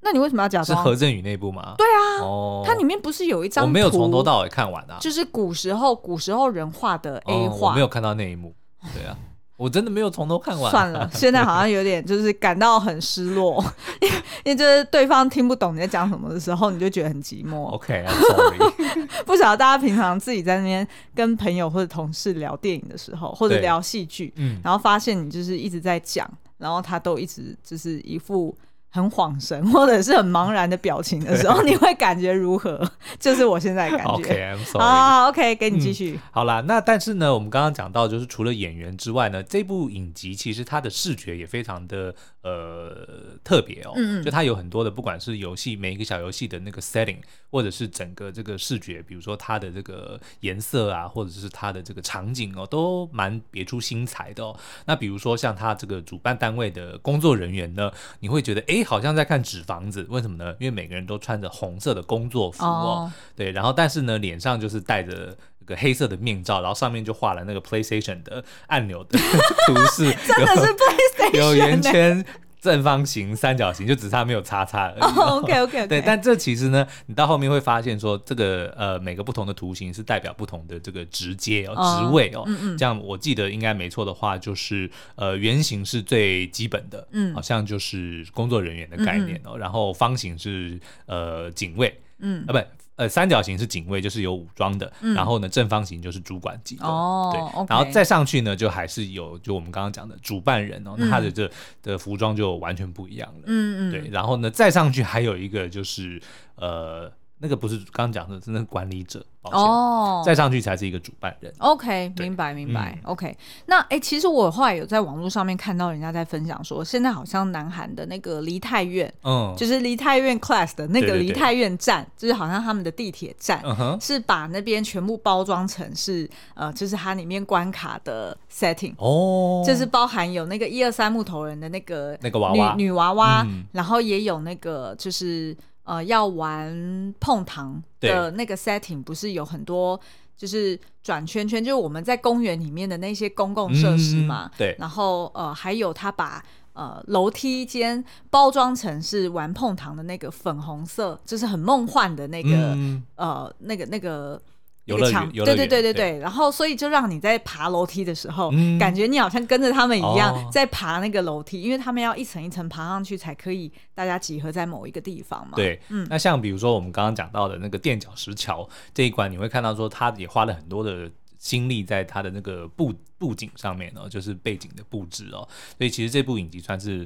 Speaker 1: 那你为什么要假
Speaker 2: 是
Speaker 1: 装？
Speaker 2: 何振宇那部吗？
Speaker 1: 对啊，
Speaker 2: 哦，
Speaker 1: 它里面不是有一张
Speaker 2: 我没有
Speaker 1: 图
Speaker 2: 从头到尾看完啊，
Speaker 1: 就是古时候古时候人画的 A
Speaker 2: 哦我
Speaker 1: 画，
Speaker 2: 没有看到那一幕。对啊，我真的没有从头看完啊。
Speaker 1: 算了，现在好像有点就是感到很失落， 因为就是对方听不懂你在讲什么的时候，你就觉得很寂寞。
Speaker 2: ，OK，sorry，
Speaker 1: 不晓得大家平常自己在那边跟朋友或者同事聊电影的时候，或者
Speaker 2: 对
Speaker 1: 聊戏剧，
Speaker 2: 嗯，
Speaker 1: 然后发现你就是一直在讲，然后他都一直就是一副。很恍神或者是很茫然的表情的时 候，你会感觉如何？就是我现在的感觉。
Speaker 2: OK，I'm
Speaker 1: 好
Speaker 2: sorry。
Speaker 1: 好好，OK，给你继续。
Speaker 2: 好啦，那但是呢，我们刚刚讲到，就是除了演员之外呢，这部影集其实它的视觉也非常的呃特别哦，
Speaker 1: 嗯嗯
Speaker 2: 就它有很多的，不管是游戏每一个小游戏的那个 setting，或者是整个这个视觉，比如说它的这个颜色啊，或者是它的这个场景哦，都蛮别出心裁的哦。那比如说像它这个主办单位的工作人员呢，你会觉得诶，好像在看纸房子，为什么呢？因为每个人都穿着红色的工作服哦
Speaker 1: 哦
Speaker 2: 对，然后但是呢，脸上就是戴着一个黑色的面罩，然后上面就画了那个 PlayStation 的按钮的 图示，
Speaker 1: 真的是 PlayStation
Speaker 2: 嗯 有有圆
Speaker 1: 欸
Speaker 2: 圈、正方形、三角形，就只差没有叉叉而已。
Speaker 1: 哦，OK OK OK，
Speaker 2: 对，但这其实呢，你到后面会发现说，这个呃每个不同的图形是代表不同的这个职阶哦、
Speaker 1: 哦
Speaker 2: 职位哦。这样我记得应该没错的话，就是呃圆形是最基本的，
Speaker 1: 嗯
Speaker 2: 好像就是工作人员的概念哦。然后方形是呃警卫，
Speaker 1: 嗯
Speaker 2: 啊不。呃，三角形是警卫，就是有武装的，然后呢，正方形就是主管级的，
Speaker 1: 哦
Speaker 2: 对，
Speaker 1: OK
Speaker 2: 然后再上去呢，就还是有就我们刚刚讲的主办人哦，那他的这的服装就完全不一样了，
Speaker 1: 嗯嗯，
Speaker 2: 对，然后呢，再上去还有一个就是呃，那个不是刚刚讲的，真的管理者，抱歉
Speaker 1: 哦
Speaker 2: 再上去才是一个主办人。
Speaker 1: OK，
Speaker 2: 对
Speaker 1: 明白明白、
Speaker 2: 嗯
Speaker 1: OK，那哎、诶其实我后来有在网络上面看到人家在分享说，现在好像南韩的那个梨泰院，
Speaker 2: 嗯，
Speaker 1: 就是梨泰院 class 的那个
Speaker 2: 对对对
Speaker 1: 梨泰院站，就是好像他们的地铁站。
Speaker 2: 嗯哼，
Speaker 1: 是把那边全部包装成是呃，就是它里面关卡的 setting，、
Speaker 2: 哦，
Speaker 1: 就是包含有那个一二三木头人的那个
Speaker 2: 那个娃娃
Speaker 1: 女女娃娃，
Speaker 2: 嗯
Speaker 1: 然后也有那个就是呃要玩碰糖的那个 setting，不是有很多就是转圈圈，就是我们在公园里面的那些公共设施嘛。
Speaker 2: 嗯对，
Speaker 1: 然后呃还有他把。呃，楼梯间包装成是玩碰糖的那个粉红色，就是很梦幻的那个、
Speaker 2: 嗯
Speaker 1: 呃那个那个
Speaker 2: 游
Speaker 1: 一
Speaker 2: 乐
Speaker 1: 个
Speaker 2: 园
Speaker 1: 墙，，
Speaker 2: 游
Speaker 1: 对
Speaker 2: 乐
Speaker 1: 对
Speaker 2: 园
Speaker 1: 对对，对，然后所以就让你在爬楼梯的时候，
Speaker 2: 嗯
Speaker 1: 感觉你好像跟着他们一样、
Speaker 2: 哦
Speaker 1: 在爬那个楼梯，因为他们要一层一层爬上去才可以大家集合在某一个地方嘛。，
Speaker 2: 对，
Speaker 1: 嗯
Speaker 2: 那像比如说我们刚刚讲到的那个垫脚石桥这一关，你会看到说他也花了很多的心力在他的那个布布景上面哦，就是背景的布置哦，所以其实这部影集算是。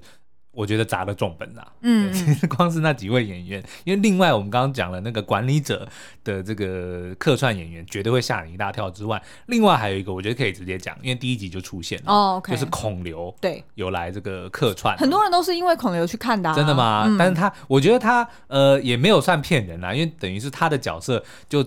Speaker 2: 我觉得砸了重本啦、
Speaker 1: 嗯
Speaker 2: 对光是那几位演员，因为另外我们刚刚讲了那个管理者的这个客串演员，绝对会吓你一大跳之外，另外还有一个我觉得可以直接讲，因为第一集就出现了，
Speaker 1: 哦，OK
Speaker 2: 就是孔刘
Speaker 1: 对，
Speaker 2: 有来这个客串，
Speaker 1: 很多人都是因为孔刘去看的、啊，
Speaker 2: 真的吗？
Speaker 1: 嗯
Speaker 2: 但是他，我觉得他呃也没有算骗人啦，因为等于是他的角色就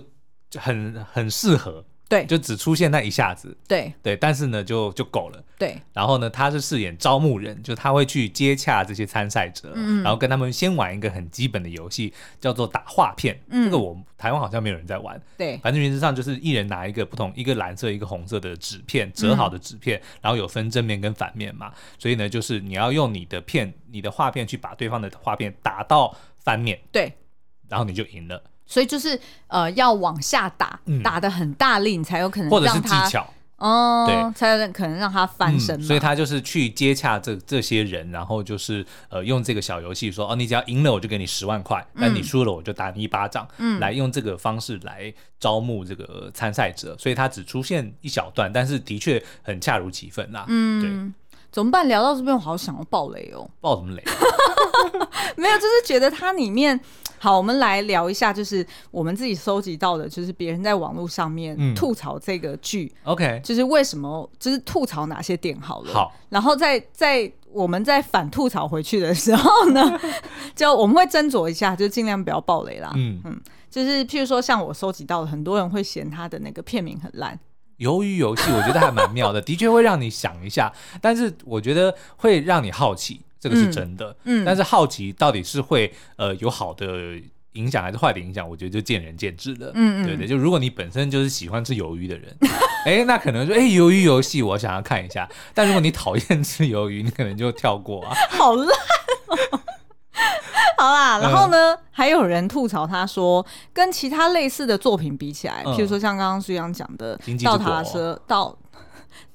Speaker 2: 就很很适合，
Speaker 1: 对
Speaker 2: 就只出现那一下子，
Speaker 1: 对
Speaker 2: 对，但是呢就就够了。
Speaker 1: 对，
Speaker 2: 然后呢，他是饰演招募人，就他会去接洽这些参赛者，
Speaker 1: 嗯
Speaker 2: 然后跟他们先玩一个很基本的游戏，叫做打画片。
Speaker 1: 嗯
Speaker 2: 这个我们台湾好像没有人在玩，
Speaker 1: 对，
Speaker 2: 反正原则上就是一人拿一个不同，一个蓝色，一个红色的纸片，折好的纸
Speaker 1: 嗯
Speaker 2: 片，然后有分正面跟反面嘛。所以呢，就是你要用你的片、你的画片去把对方的画片打到翻面，
Speaker 1: 对，
Speaker 2: 然后你就赢了，
Speaker 1: 所以就是呃，要往下打，
Speaker 2: 嗯
Speaker 1: 打的很大力，你才有可能
Speaker 2: 或者是
Speaker 1: 让
Speaker 2: 技
Speaker 1: 他，
Speaker 2: 巧。
Speaker 1: 哦，
Speaker 2: 对
Speaker 1: 才有可能让他翻身嘛、
Speaker 2: 嗯所以他就是去接洽这这些人，然后就是呃用这个小游戏说哦，你只要赢了我就给你十万块，
Speaker 1: 嗯
Speaker 2: 但你输了我就打你一巴掌，嗯，来用这个方式来招募这个参赛者。所以他只出现一小段，但是的确很恰如其分啦。嗯，对，
Speaker 1: 怎么办？聊到这边，我好想要爆雷 哦。
Speaker 2: 爆什么雷？
Speaker 1: 没有，就是觉得它里面好，我们来聊一下，就是我们自己收集到的，就是别人在网络上面
Speaker 2: 嗯
Speaker 1: 吐槽这个剧，
Speaker 2: OK，
Speaker 1: 就是为什么，就是吐槽哪些点好了。
Speaker 2: 好，
Speaker 1: 然后在在我们在反吐槽回去的时候呢， 就我们会斟酌一下，就尽量不要爆雷啦。
Speaker 2: 嗯，
Speaker 1: 就是譬如说，像我收集到的，很多人会嫌它的那个片名很烂，
Speaker 2: 鱿鱼游戏我觉得还蛮妙的， 的确会让你想一下，但是我觉得会让你好奇，这个是真的。
Speaker 1: 嗯嗯
Speaker 2: 但是好奇到底是会呃有好的影响还是坏的影响，我觉得就见仁见智了。
Speaker 1: 嗯嗯
Speaker 2: 对对，就如果你本身就是喜欢吃鱿鱼的人， 哎，那可能说哎鱿鱼游戏我想要看一下，但如果你讨厌吃鱿鱼，你可能就跳过啊。
Speaker 1: 好烂、哦。 好啦，然后
Speaker 2: 嗯
Speaker 1: 呢，还有人吐槽他说，跟其他类似的作品比起来，
Speaker 2: 嗯
Speaker 1: 譬如说像刚刚苏阳讲的
Speaker 2: 经
Speaker 1: 《
Speaker 2: 济之
Speaker 1: 倒
Speaker 2: 国
Speaker 1: 塔蛇》、到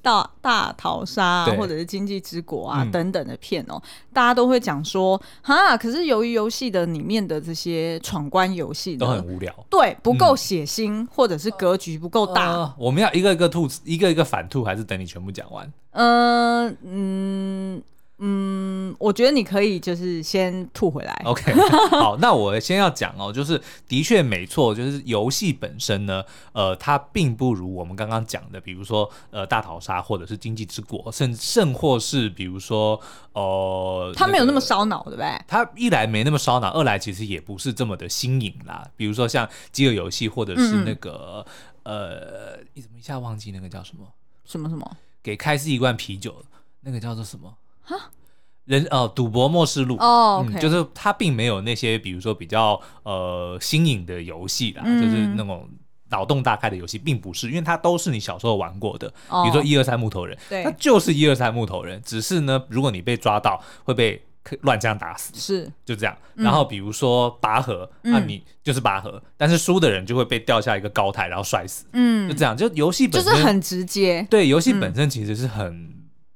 Speaker 1: 到大逃杀、啊、
Speaker 2: 对
Speaker 1: 或者是《经济之国啊》
Speaker 2: 嗯
Speaker 1: 等等的片哦、大家都会讲说，哈，可是由于游戏的里面的这些闯关游戏
Speaker 2: 都很嗯
Speaker 1: 呢，
Speaker 2: 无聊。
Speaker 1: 对不够血腥，或者是格局不够大，
Speaker 2: 呃我们要一个一个吐，一个一个反吐，还是等你全部讲完？
Speaker 1: 嗯、嗯嗯，我觉得你可以就是先吐回来。
Speaker 2: OK，好，那我先要讲哦，就是的确没错，就是游戏本身呢，呃，它并不如我们刚刚讲的，比如说呃大逃杀或者是经济之国，甚甚或是比如说呃，
Speaker 1: 他没有那么
Speaker 2: 个
Speaker 1: 烧脑，对不对？
Speaker 2: 它一来没那么烧脑，二来其实也不是这么的新颖啦。比如说像《饥饿游戏》或者
Speaker 1: 嗯
Speaker 2: 是那个呃，你怎么一下忘记那个叫什么？
Speaker 1: 什么什么？
Speaker 2: 给开司一罐啤酒，那个叫做什么？人呃，赌博末世录
Speaker 1: 哦，OK
Speaker 2: 嗯，就是它并没有那些比如说比较呃新颖的游戏啦，
Speaker 1: 嗯
Speaker 2: 就是那种脑洞大开的游戏，并不是，因为它都是你小时候玩过的，
Speaker 1: 哦
Speaker 2: 比如说一二三木头人，
Speaker 1: 对
Speaker 2: 它就是一二三木头人，只是呢，如果你被抓到会被乱枪打死，
Speaker 1: 是
Speaker 2: 就这样。然后比如说拔河，那、
Speaker 1: 嗯
Speaker 2: 你就是拔河，但是输的人就会被吊下一个高台然后摔死，就
Speaker 1: 嗯，
Speaker 2: 这样。就游戏
Speaker 1: 就
Speaker 2: 本
Speaker 1: 是
Speaker 2: 身
Speaker 1: 很直接，
Speaker 2: 对，游戏本身其实是很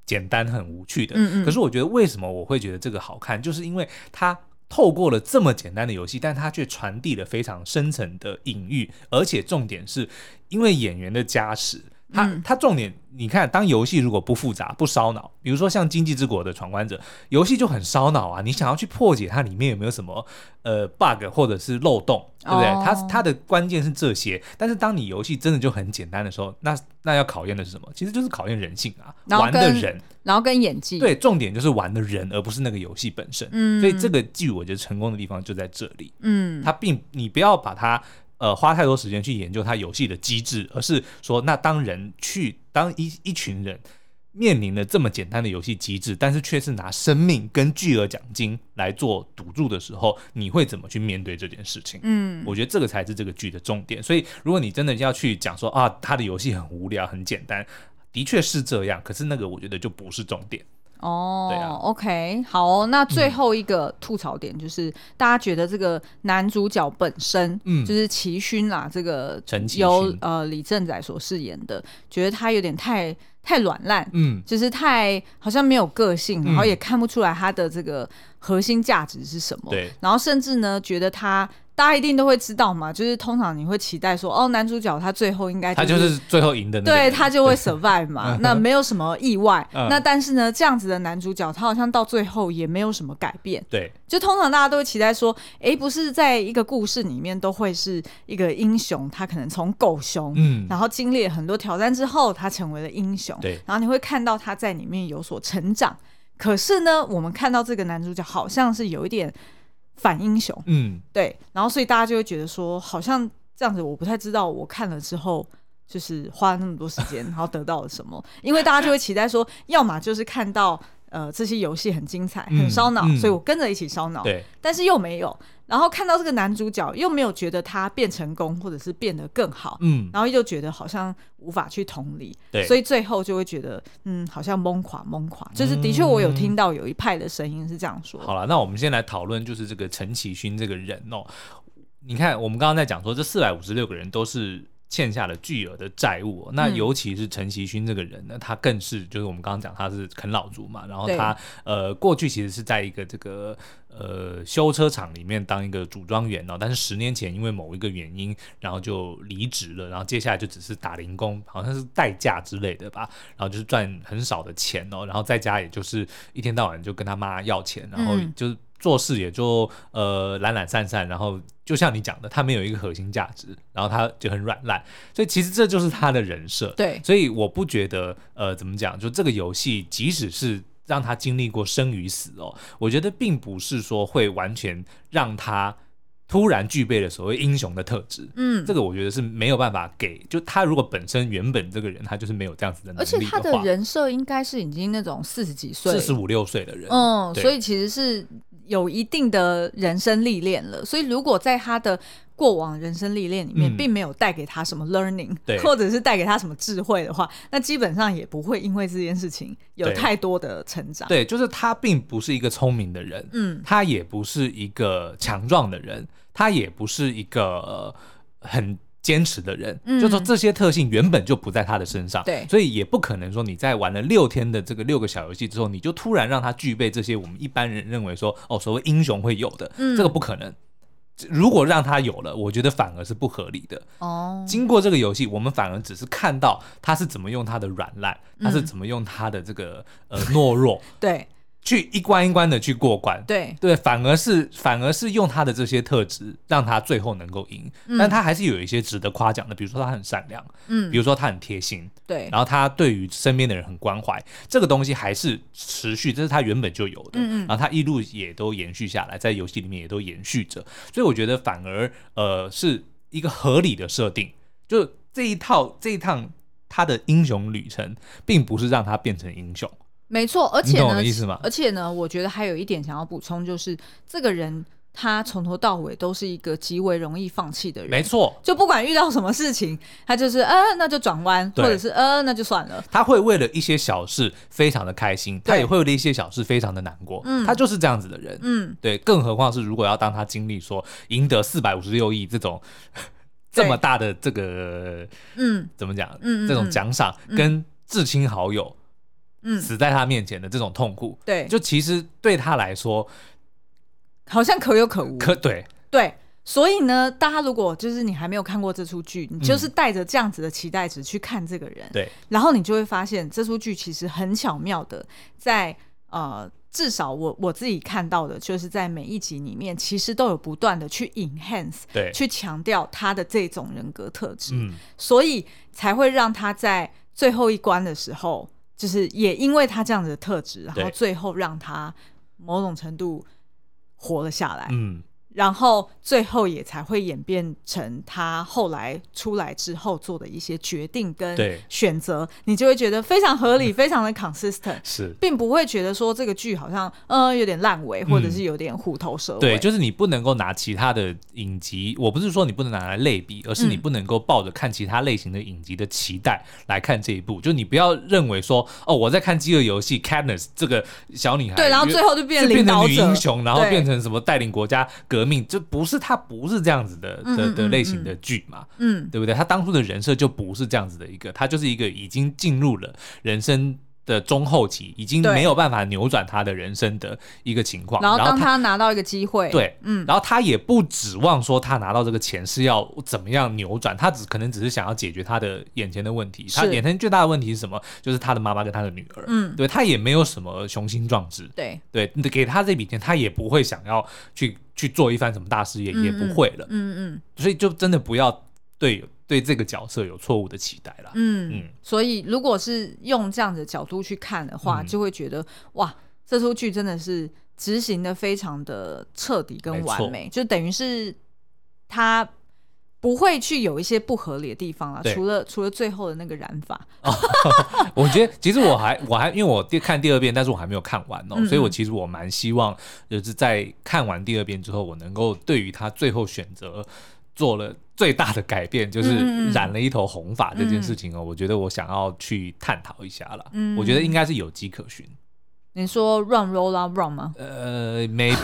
Speaker 2: 简单、很无趣的。
Speaker 1: 嗯嗯嗯
Speaker 2: 可是我觉得为什么我会觉得这个好看，就是因为它透过了这么简单的游戏，但它却传递了非常深层的隐喻，而且重点是因为演员的加持。它
Speaker 1: 嗯
Speaker 2: 它重点，你看，当游戏如果不复杂、不烧脑，比如说像《经济之国》的闯关者，游戏就很烧脑啊。你想要去破解它里面有没有什么呃 bug 或者是漏洞，对不对？
Speaker 1: 哦
Speaker 2: 它它的关键是这些，但是当你游戏真的就很简单的时候，那那要考验的是什么？其实就是考验人性啊，
Speaker 1: 然后
Speaker 2: 玩的
Speaker 1: 跟
Speaker 2: 人。
Speaker 1: 然后跟演技，
Speaker 2: 对，重点就是玩的人，而不是那个游戏本身。
Speaker 1: 嗯
Speaker 2: 所以这个剧我觉得成功的地方就在这里，
Speaker 1: 嗯，
Speaker 2: 它并你不要把它呃花太多时间去研究它游戏的机制，而是说，那当人去当一一群人。面临了这么简单的游戏机制，但是却是拿生命跟巨额奖金来做赌注的时候，你会怎么去面对这件事情？
Speaker 1: 嗯
Speaker 2: 我觉得这个才是这个剧的重点。所以，如果你真的要去讲说啊，他的游戏很无聊、很简单，的确是这样，可是那个我觉得就不是重点。
Speaker 1: 哦、
Speaker 2: 对啊
Speaker 1: o k 好哦、那最后一个吐槽点就是，大家觉得这个男主角本身，
Speaker 2: 嗯
Speaker 1: 就是齐勋啦，这个
Speaker 2: 陈齐
Speaker 1: 由
Speaker 2: 勋
Speaker 1: 呃李正宰所饰演的，觉得他有点太太软烂，
Speaker 2: 嗯，
Speaker 1: 就是太好像没有个性，
Speaker 2: 嗯
Speaker 1: 然后也看不出来他的这个核心价值是什么。
Speaker 2: 对，
Speaker 1: 然后甚至呢，觉得他大家一定都会知道嘛，就是通常你会期待说，哦，男主角他最后应该、
Speaker 2: 他就是最后赢的那个
Speaker 1: 对
Speaker 2: 人，
Speaker 1: 他就会 survive 嘛，那没有什么意外。
Speaker 2: 嗯
Speaker 1: 那但是呢，这样子的男主角他好像到最后也没有什么改变。
Speaker 2: 对
Speaker 1: 就通常大家都会期待说，诶，不是在一个故事里面都会是一个英雄，他可能从狗熊。
Speaker 2: 嗯，
Speaker 1: 然后经历了很多挑战之后，他成为了英雄。
Speaker 2: 对
Speaker 1: 然后你会看到他在里面有所成长。可是呢，我们看到这个男主角好像是有一点反英雄，
Speaker 2: 嗯，
Speaker 1: 对，然后所以大家就会觉得说，好像这样子，我不太知道我看了之后。就是花了那么多时间，然后得到了什么？ 因为大家就会期待说，要么就是看到呃这些游戏很精彩、很
Speaker 2: 嗯
Speaker 1: 烧脑，
Speaker 2: 嗯
Speaker 1: 所以我跟着一起烧脑。
Speaker 2: 对
Speaker 1: 但是又没有，然后看到这个男主角又没有觉得他变成功，或者是变得更好，
Speaker 2: 嗯
Speaker 1: 然后又觉得好像无法去同理，
Speaker 2: 对，
Speaker 1: 所
Speaker 2: 以
Speaker 1: 以最后就会觉得嗯，好像懵垮懵垮。就是的确，我有听到有一派的声音是这样说，
Speaker 2: 嗯好了，那我们先来讨论就是这个陈启勋这个人哦，你看我们刚刚在讲说这四百五十六个人都是。欠下了巨额的债务哦、那
Speaker 1: 嗯
Speaker 2: 尤其是陈其勋这个人呢，他更是就是我们刚刚讲他是啃老族嘛，然后
Speaker 1: 对
Speaker 2: 他呃过去其实是在一个这个呃修车厂里面当一个组装员哦，但是十年前因为某一个原因，然后就离职了，然后接下来就只是打零工，好像是代驾之类的吧，然后就是赚很少的钱哦，然后在家也就是一天到晚就跟他妈要钱，然后
Speaker 1: 嗯
Speaker 2: 就是做事也就呃懒懒散散，然后就像你讲的，他没有一个核心价值，然后他就很软烂，所以其实这就是他的人设。
Speaker 1: 对
Speaker 2: 所以我不觉得呃怎么讲，就这个游戏即使是。让他经历过生与死哦，我觉得并不是说会完全让他突然具备了所谓英雄的特质，
Speaker 1: 嗯
Speaker 2: 这。个我觉得是没有办法给，就他如果本身原本这个人他就是没有这样子的能
Speaker 1: 而
Speaker 2: 力
Speaker 1: 且他
Speaker 2: 话，
Speaker 1: 的人设应该是已经那种四十几岁，
Speaker 2: 四十五六岁的人，
Speaker 1: 嗯，
Speaker 2: 对
Speaker 1: 所以其实是有一定的人生历练了。所以如果在他的过往人生历练里面，
Speaker 2: 嗯
Speaker 1: 并没有带给他什么 learning，
Speaker 2: 对
Speaker 1: 或者是带给他什么智慧的话，那基本上也不会因为这件事情有
Speaker 2: 对
Speaker 1: 太多的成长。
Speaker 2: 对，就是他并不是一个聪明的人，
Speaker 1: 嗯，
Speaker 2: 他也不是一个强壮的人，他也不是一个呃很坚持的人，
Speaker 1: 嗯
Speaker 2: 就说这些特性原本就不在他的身上，
Speaker 1: 对
Speaker 2: 所以也不可能说你在玩了六天的这个六个小游戏之后，你就突然让他具备这些我们一般人认为说哦所谓英雄会有的，
Speaker 1: 嗯
Speaker 2: 这个不可能。如果让他有了，我觉得反而是不合理的。
Speaker 1: 哦，
Speaker 2: 经过这个游戏，我们反而只是看到他是怎么用他的软烂，他是
Speaker 1: 嗯
Speaker 2: 怎么用他的这个呃懦弱，
Speaker 1: 对
Speaker 2: 去一关一关的去过关。
Speaker 1: 对，
Speaker 2: 对，反而是反而是用他的这些特质，让他最后能够赢。但他还是有一些值得夸奖的，比如说他很善良，
Speaker 1: 嗯
Speaker 2: 比，如说他很贴心，
Speaker 1: 对，
Speaker 2: 然后他对于身边的人很关怀，这个东西还是持续，这是他原本就有的，
Speaker 1: 嗯嗯
Speaker 2: 然后他一路也都延续下来，在游戏里面也都延续着，所以我觉得反而呃是一个合理的设定，就这一套这一趟他的英雄旅程，并不是让他变成英雄，
Speaker 1: 没错。而且
Speaker 2: 你懂我
Speaker 1: 呢
Speaker 2: 的意思吗，
Speaker 1: 而且呢，我觉得还有一点想要补充，就是这个人他从头到尾都是一个极为容易放弃的人。
Speaker 2: 没错，
Speaker 1: 就不管遇到什么事情，他就是呃，那就转弯，或
Speaker 2: 对
Speaker 1: 者是呃，那就算了。
Speaker 2: 他会为了一些小事非常的开心，他
Speaker 1: 对
Speaker 2: 也会为了一些小事非常的难过，
Speaker 1: 嗯
Speaker 2: 他就是这样子的人，
Speaker 1: 嗯，
Speaker 2: 对，更何况是如果要当他经历说赢得四百五十六亿这种这么大的这个
Speaker 1: 嗯
Speaker 2: 怎么讲，
Speaker 1: 嗯嗯
Speaker 2: 这种
Speaker 1: 嗯
Speaker 2: 奖赏、跟至亲好友
Speaker 1: 嗯，
Speaker 2: 死在他面前的这种痛苦，
Speaker 1: 对，就
Speaker 2: 就其实对他来说，
Speaker 1: 好像可有可无。
Speaker 2: 可对
Speaker 1: 对，所以呢，大家如果就是你还没有看过这出剧，你就是
Speaker 2: 嗯
Speaker 1: 带着这样子的期待值去看这个人，
Speaker 2: 对
Speaker 1: 然后你就会发现这出剧其实很巧妙的在呃。至少我我自己看到的，就是在每一集里面，其实都有不断的去 enhance，
Speaker 2: 对，
Speaker 1: 去强调他的这种人格特质。
Speaker 2: 嗯，
Speaker 1: 所以才会让他在最后一关的时候，就是也因为他这样子的特质，然后
Speaker 2: 对
Speaker 1: 最后让他某种程度活了下来。
Speaker 2: 嗯，
Speaker 1: 然后最后也才会演变成他后来出来之后做的一些决定跟
Speaker 2: 对
Speaker 1: 选择，你就会觉得非常合 理，非常的 consistent，
Speaker 2: 是。
Speaker 1: 并不会觉得说这个剧好像呃有点烂尾，或者是有点虎头蛇尾。
Speaker 2: 嗯对，就是你不能够拿其他的影集，我不是说你不能拿来类比，而是你
Speaker 1: 嗯
Speaker 2: 不能够抱着看其他类型的影集的期待来看这一部。就你不要认为说，哦，我在看《饥饿游戏》，Katniss 这个小女孩，
Speaker 1: 对然后最后就变
Speaker 2: 变
Speaker 1: 领导者
Speaker 2: 变成女英雄，然后
Speaker 1: 对
Speaker 2: 变成什么带领国家革命，这不是她不是这样子的
Speaker 1: 嗯
Speaker 2: 的
Speaker 1: 嗯
Speaker 2: 的
Speaker 1: 嗯
Speaker 2: 类型的剧嘛，
Speaker 1: 嗯，
Speaker 2: 对不对？她当初的人设就不是这样子的一个，她就是一个已经进入了人生。的中后期已经
Speaker 1: 对
Speaker 2: 没有办法扭转她的人生的一个情况，
Speaker 1: 然后
Speaker 2: 然后
Speaker 1: 当
Speaker 2: 她
Speaker 1: 他拿到一个机会，
Speaker 2: 对，
Speaker 1: 嗯，
Speaker 2: 然后他也不指望说他拿到这个钱是要怎么样扭转，他只可能只是想要解决他的眼前的问题。他
Speaker 1: 是
Speaker 2: 眼前最大的问题是什么？就是他的妈妈跟他的女儿。
Speaker 1: 嗯
Speaker 2: 对他也没有什么雄心壮志。
Speaker 1: 对，
Speaker 2: 对，给他这笔钱，他也不会想要去去做一番什么大事业，也
Speaker 1: 嗯
Speaker 2: 不会了。
Speaker 1: 嗯嗯
Speaker 2: 所以就真的不要对对这个角色有错误的期待啦。
Speaker 1: 嗯
Speaker 2: 嗯
Speaker 1: 所以如果是用这样的角度去看的话，
Speaker 2: 嗯
Speaker 1: 就会觉得哇，这出剧真的是执行的非常的彻底跟完美，就等于是他。不会去有一些不合理的地方了，
Speaker 2: 对
Speaker 1: 除了除了最后的那个染法，
Speaker 2: 我觉得其实我还我还因为我第看第二遍，但是我还没有看完哦，
Speaker 1: 嗯嗯
Speaker 2: 所以我其实我蛮希望就是在看完第二遍之后，我能够对于他最后选择做了最大的改变，
Speaker 1: 嗯
Speaker 2: 就
Speaker 1: 嗯
Speaker 2: 是
Speaker 1: 嗯
Speaker 2: 染了一头红发这件事情哦，我觉得我想要去探讨一下啦。
Speaker 1: 嗯
Speaker 2: 我觉得应该是有迹可循。
Speaker 1: 你说 run roll up run 吗？
Speaker 2: 呃，maybe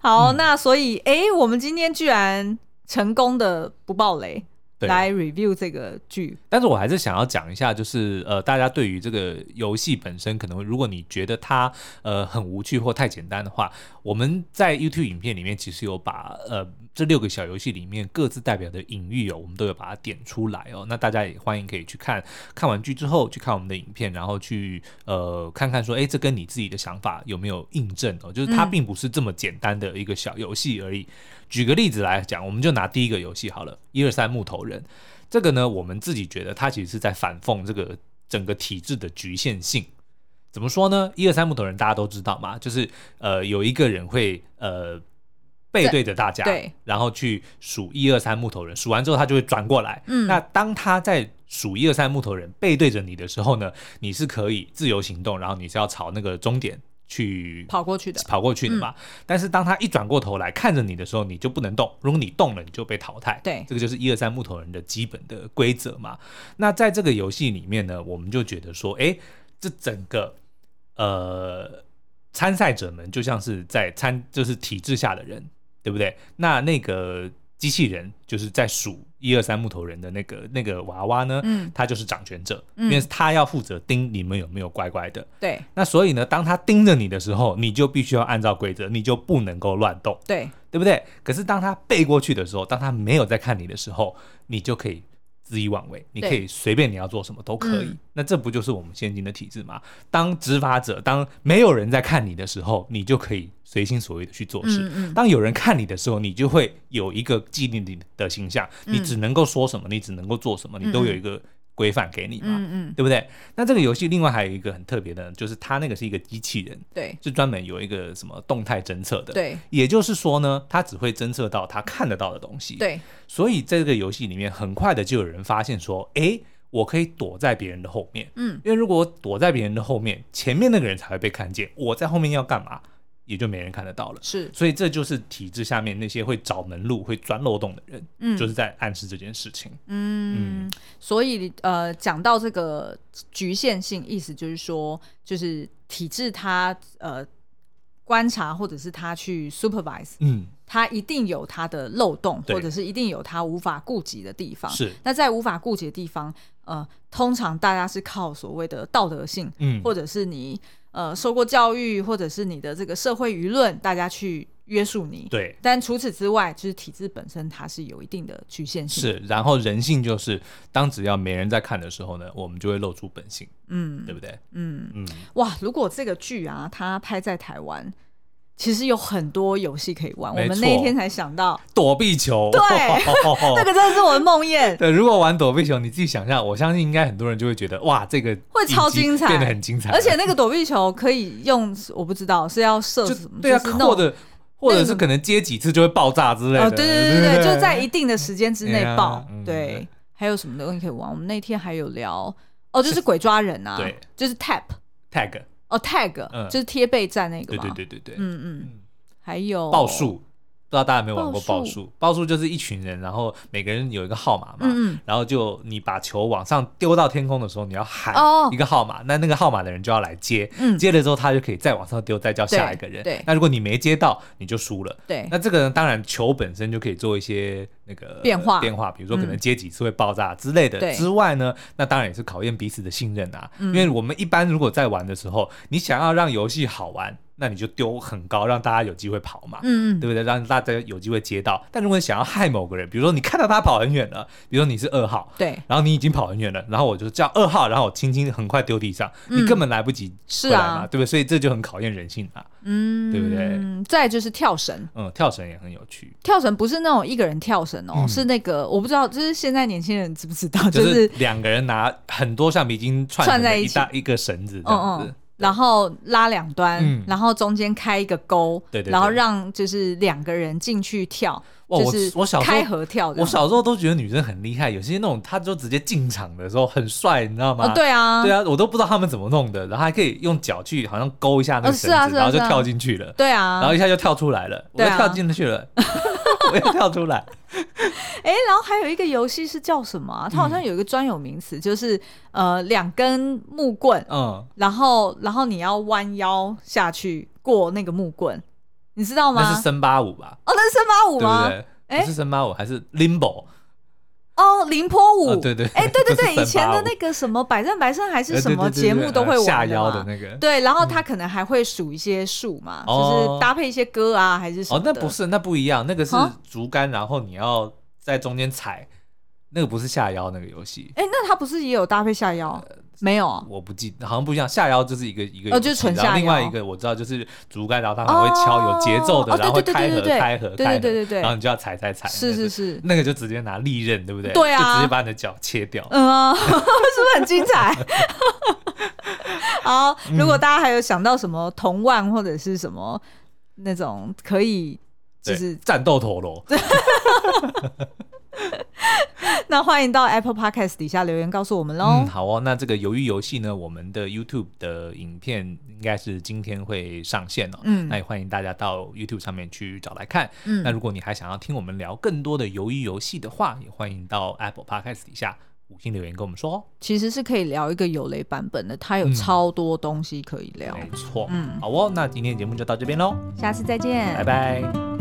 Speaker 1: 好，那所以诶，我们今天居然成功的不爆雷，
Speaker 2: 对，
Speaker 1: 来 review 这个剧，
Speaker 2: 嗯但是我还是想要讲一下，就是呃，大家对于这个游戏本身，可能如果你觉得它呃很无趣或太简单的话，我们在 YouTube 影片里面其实有把呃这六个小游戏里面各自代表的隐喻哦，我们都有把它点出来哦。那大家也欢迎可以去看看完剧之后去看我们的影片，然后去呃看看说，哎，这跟你自己的想法有没有印证哦？就是它
Speaker 1: 嗯
Speaker 2: 并不是这么简单的一个小游戏而已。举个例子来讲，我们就拿第一个游戏好了，一二三木头人。这个呢，我们自己觉得它其实是在反讽这个整个体制的局限性。怎么说呢？一二三木头人大家都知道嘛，就是呃有一个人会呃背对着大家，
Speaker 1: 对
Speaker 2: 然后去数一二三木头人，数完之后他就会转过来。
Speaker 1: 嗯
Speaker 2: 那当他在数一二三木头人背对着你的时候呢，你是可以自由行动，然后你是要朝那个终点去
Speaker 1: 跑过去的，嗯
Speaker 2: 跑过去的嘛。但是当他一转过头来看着你的时候，你就不能动。如果你动了，你就被淘汰。
Speaker 1: 对
Speaker 2: 这个就是一二三木头人的基本的规则嘛。那在这个游戏里面呢，我们就觉得说，诶，这整个呃参赛者们就像是在参，就是体制下的人，对不对？那那个机器人就是在数一二三木头人的那个那个娃娃呢，
Speaker 1: 嗯
Speaker 2: 他就是掌权者，
Speaker 1: 嗯
Speaker 2: 因为他要负责盯你们有没有乖乖的。
Speaker 1: 对
Speaker 2: 那所以呢，当他盯着你的时候，你就必须要按照规则，你就不能够乱动，
Speaker 1: 对，
Speaker 2: 对不对？可是当他背过去的时候，当他没有在看你的时候，你就可以恣意妄为，你可以随便你要做什么都可以。
Speaker 1: 嗯
Speaker 2: 那这不就是我们现今的体制吗？当执法者，当没有人在看你的时候，你就可以随心所欲的去做事。
Speaker 1: 嗯嗯
Speaker 2: 当有人看你的时候，你就会有一个既定你的形象，你
Speaker 1: 嗯
Speaker 2: 只能够说什么，你只能够做什么，你都有一个规范给你嘛。
Speaker 1: 嗯嗯，
Speaker 2: 对不对？那这个游戏另外还有一个很特别的，就是它那个是一个机器人，
Speaker 1: 对
Speaker 2: 是专门有一个什么动态侦测的。，
Speaker 1: 对
Speaker 2: 也就是说呢，它只会侦测到它看得到的东西。，
Speaker 1: 对，
Speaker 2: 所以在这个游戏里面，很快的就有人发现说，诶，我可以躲在别人的后面。
Speaker 1: 嗯，
Speaker 2: 因为如果我躲在别人的后面，前面那个人才会被看见，我在后面要干嘛，也就没人看得到了。
Speaker 1: 是，
Speaker 2: 所以这就是体制下面那些会找门路、会钻漏洞的人，
Speaker 1: 嗯
Speaker 2: 就是在暗示这件事情。
Speaker 1: 嗯，所以呃，讲到这个局限性，意思就是说，就是体制它呃观察或者是它去 supervise，
Speaker 2: 嗯，
Speaker 1: 它一定有它的漏洞，
Speaker 2: 对
Speaker 1: 或者是一定有它无法顾及的地方。
Speaker 2: 是，
Speaker 1: 那在无法顾及的地方，呃，通常大家是靠所谓的道德性，
Speaker 2: 嗯，
Speaker 1: 或者是你呃受过教育，或者是你的这个社会舆论，大家去约束你。
Speaker 2: 对。
Speaker 1: 但除此之外，就是体制本身它是有一定的局限性。，
Speaker 2: 是，然后人性就是，当只要没人在看的时候呢，我们就会露出本性，
Speaker 1: 嗯
Speaker 2: 对不对？
Speaker 1: 嗯，
Speaker 2: 嗯，
Speaker 1: 哇！如果这个剧啊，它拍在台湾，其实有很多游戏可以玩。我
Speaker 2: 没
Speaker 1: 们
Speaker 2: 错哦
Speaker 1: 那一天才想到，
Speaker 2: 躲避球，
Speaker 1: 对这个真
Speaker 2: 对。
Speaker 1: 的是我的梦 魇。
Speaker 2: 如果玩躲避球，你自己想象，我相信应该很多人就会觉得哇，这个
Speaker 1: 会超
Speaker 2: 影集
Speaker 1: 精彩
Speaker 2: 变得很精彩，
Speaker 1: 而且那个躲避球可以用，我不知道是要射
Speaker 2: 就
Speaker 1: 什么，
Speaker 2: 对啊，
Speaker 1: 就是那
Speaker 2: 扩
Speaker 1: 种
Speaker 2: 的或者是可能接几次就会爆炸之类的。
Speaker 1: 哦，对对对
Speaker 2: 对
Speaker 1: 对对，就在一定的时间之内
Speaker 2: 哎呀
Speaker 1: 爆。
Speaker 2: 嗯
Speaker 1: 对，还有什么东西可以玩？我们那天还有聊，哦，就是鬼抓人啊，
Speaker 2: 对，
Speaker 1: 就是 tap，
Speaker 2: tag，
Speaker 1: 哦 tag，、
Speaker 2: 嗯
Speaker 1: 就是贴背战那个
Speaker 2: 对
Speaker 1: 嘛。
Speaker 2: 对对对对，
Speaker 1: 嗯嗯，
Speaker 2: 嗯，
Speaker 1: 还有
Speaker 2: 报数，不知道大家有没有玩过
Speaker 1: 报
Speaker 2: 报
Speaker 1: 数
Speaker 2: 数？报数就是一群人，然后每个人有一个号码嘛，
Speaker 1: 嗯嗯
Speaker 2: 然后就你把球往上丢到天空的时候，你要喊
Speaker 1: 哦
Speaker 2: 一个号码，那那个号码的人就要来接，
Speaker 1: 嗯
Speaker 2: 接了之后他就可以再往上丢，再叫下一个人。
Speaker 1: 对对
Speaker 2: 那如果你没接到，你就输了。
Speaker 1: 对，
Speaker 2: 那这个呢，当然球本身就可以做一些那个
Speaker 1: 变化
Speaker 2: 变化，比如说
Speaker 1: 嗯
Speaker 2: 可能接几次会爆炸之类的。
Speaker 1: 对嗯
Speaker 2: 之外呢，那当然也是考验彼此的信任啊。因为我们一般如果在玩的时候，你想要让游戏好玩，那你就丢很高，让大家有机会跑嘛。
Speaker 1: 嗯嗯
Speaker 2: 对不对？让大家有机会接到。但如果你想要害某个人，比如说你看到他跑很远了，比如说你是二号，
Speaker 1: 对，
Speaker 2: 然后你已经跑很远了，然后我就叫二号，然后我轻轻很快丢地上，
Speaker 1: 嗯
Speaker 2: 你根本来不及
Speaker 1: 是
Speaker 2: 回来嘛，
Speaker 1: 啊，
Speaker 2: 对不对？所以这就很考验人性啊。
Speaker 1: 嗯，
Speaker 2: 对不对？
Speaker 1: 再就是跳绳。
Speaker 2: 嗯，跳绳也很有趣，
Speaker 1: 跳绳不是那种一个人跳绳哦，
Speaker 2: 嗯
Speaker 1: 是那个我不知道，就是现在年轻人知不知 道，就
Speaker 2: 就是
Speaker 1: 是
Speaker 2: 两个人拿很多橡皮筋串
Speaker 1: 串
Speaker 2: 成的
Speaker 1: 在一
Speaker 2: 一
Speaker 1: 起
Speaker 2: 大一个绳子这样
Speaker 1: 嗯
Speaker 2: 子。
Speaker 1: 嗯，然后拉两端，
Speaker 2: 嗯
Speaker 1: 然后中间开一个沟，
Speaker 2: 对对对
Speaker 1: 然后让就是两个人进去跳，
Speaker 2: 哇
Speaker 1: 就
Speaker 2: 我
Speaker 1: 是
Speaker 2: 我小时候
Speaker 1: 开合跳这样，哦
Speaker 2: 我小时候都觉得女生很厉害，有些那种她就直接进场的时候很帅，你知道吗？
Speaker 1: 哦，对啊，
Speaker 2: 对啊，我都不知道他们怎么弄的，然后还可以用脚去好像勾一下那
Speaker 1: 哦
Speaker 2: 个
Speaker 1: 是
Speaker 2: 绳
Speaker 1: 啊
Speaker 2: 子，
Speaker 1: 是啊
Speaker 2: 然后就是
Speaker 1: 啊
Speaker 2: 跳进去了。
Speaker 1: 对啊，
Speaker 2: 然后一下就跳出来了，我
Speaker 1: 对
Speaker 2: 又
Speaker 1: 啊
Speaker 2: 跳进去了， 我又跳出来，
Speaker 1: 哎，然后还有一个游戏是叫什
Speaker 2: 嗯
Speaker 1: 么啊、它好像有一个专有名词，就是呃两根木棍，
Speaker 2: 嗯，
Speaker 1: 然后然后你要弯腰下去过那个木棍，你知道吗？
Speaker 2: 那是森巴舞吧？
Speaker 1: 哦，那是森巴舞
Speaker 2: 对不
Speaker 1: 吗？
Speaker 2: 对？
Speaker 1: 哎
Speaker 2: 不是森巴舞，还是 limbo？
Speaker 1: 哦，凌波舞、
Speaker 2: 啊对对
Speaker 1: 哎， 对对
Speaker 2: 不是
Speaker 1: 对，以前
Speaker 2: 森巴
Speaker 1: 的
Speaker 2: 舞
Speaker 1: 那个什么百战百胜还是
Speaker 2: 呃
Speaker 1: 什
Speaker 2: 对
Speaker 1: 么
Speaker 2: 对对
Speaker 1: 节
Speaker 2: 对
Speaker 1: 目都会
Speaker 2: 呃下
Speaker 1: 玩
Speaker 2: 腰
Speaker 1: 嘛
Speaker 2: 的那个。
Speaker 1: 对，然后他可能还会数一些数嘛，就
Speaker 2: 哦
Speaker 1: 是搭配一些歌啊，还是什么
Speaker 2: 哦，那
Speaker 1: 的
Speaker 2: 不是，那不一样，那个是
Speaker 1: 啊
Speaker 2: 竹竿，然后你要在中间踩，那个不是下腰那个游戏，
Speaker 1: 哎、那他不是也有搭配下腰？
Speaker 2: 呃
Speaker 1: 没有啊，
Speaker 2: 我不记，好像不一样。下腰就是一个一个游戏，
Speaker 1: 哦就是纯
Speaker 2: 然后
Speaker 1: 下
Speaker 2: 另外
Speaker 1: 腰
Speaker 2: 一个我知道就是竹竿，然后它还会敲有节奏的，
Speaker 1: 哦
Speaker 2: 然后会
Speaker 1: 对对
Speaker 2: 开
Speaker 1: 对
Speaker 2: 合
Speaker 1: 对对
Speaker 2: 开合
Speaker 1: 对对
Speaker 2: 开合，
Speaker 1: 对对对
Speaker 2: 然后你就要踩踩踩，
Speaker 1: 是是是，
Speaker 2: 那个就直接拿利刃，对不对？
Speaker 1: 对啊
Speaker 2: 就直接把你的脚切掉。
Speaker 1: 嗯啊， 是不是很精彩？ 好，
Speaker 2: 嗯
Speaker 1: 如果大家还有想到什么铜腕或者是什么那种可以，就
Speaker 2: 对
Speaker 1: 是
Speaker 2: 战斗陀螺，
Speaker 1: 那欢迎到 Apple Podcast 底下留言告诉我们喽。
Speaker 2: 嗯，好哦。那这个鱿鱼游戏呢，我们的 YouTube 的影片应该是今天会上线哦。
Speaker 1: 嗯
Speaker 2: 那也欢迎大家到 YouTube 上面去找来看。
Speaker 1: 嗯
Speaker 2: 那如果你还想要听我们聊更多的鱿鱼游戏的话，也欢迎到 Apple Podcast 底下五星留言跟我们说哦。
Speaker 1: 其实是可以聊一个有雷版本的，它有
Speaker 2: 嗯
Speaker 1: 超多东西可以聊。
Speaker 2: 没错，
Speaker 1: 嗯
Speaker 2: 好哦。那今天节目就到这边喽，
Speaker 1: 下次再见，
Speaker 2: 拜拜。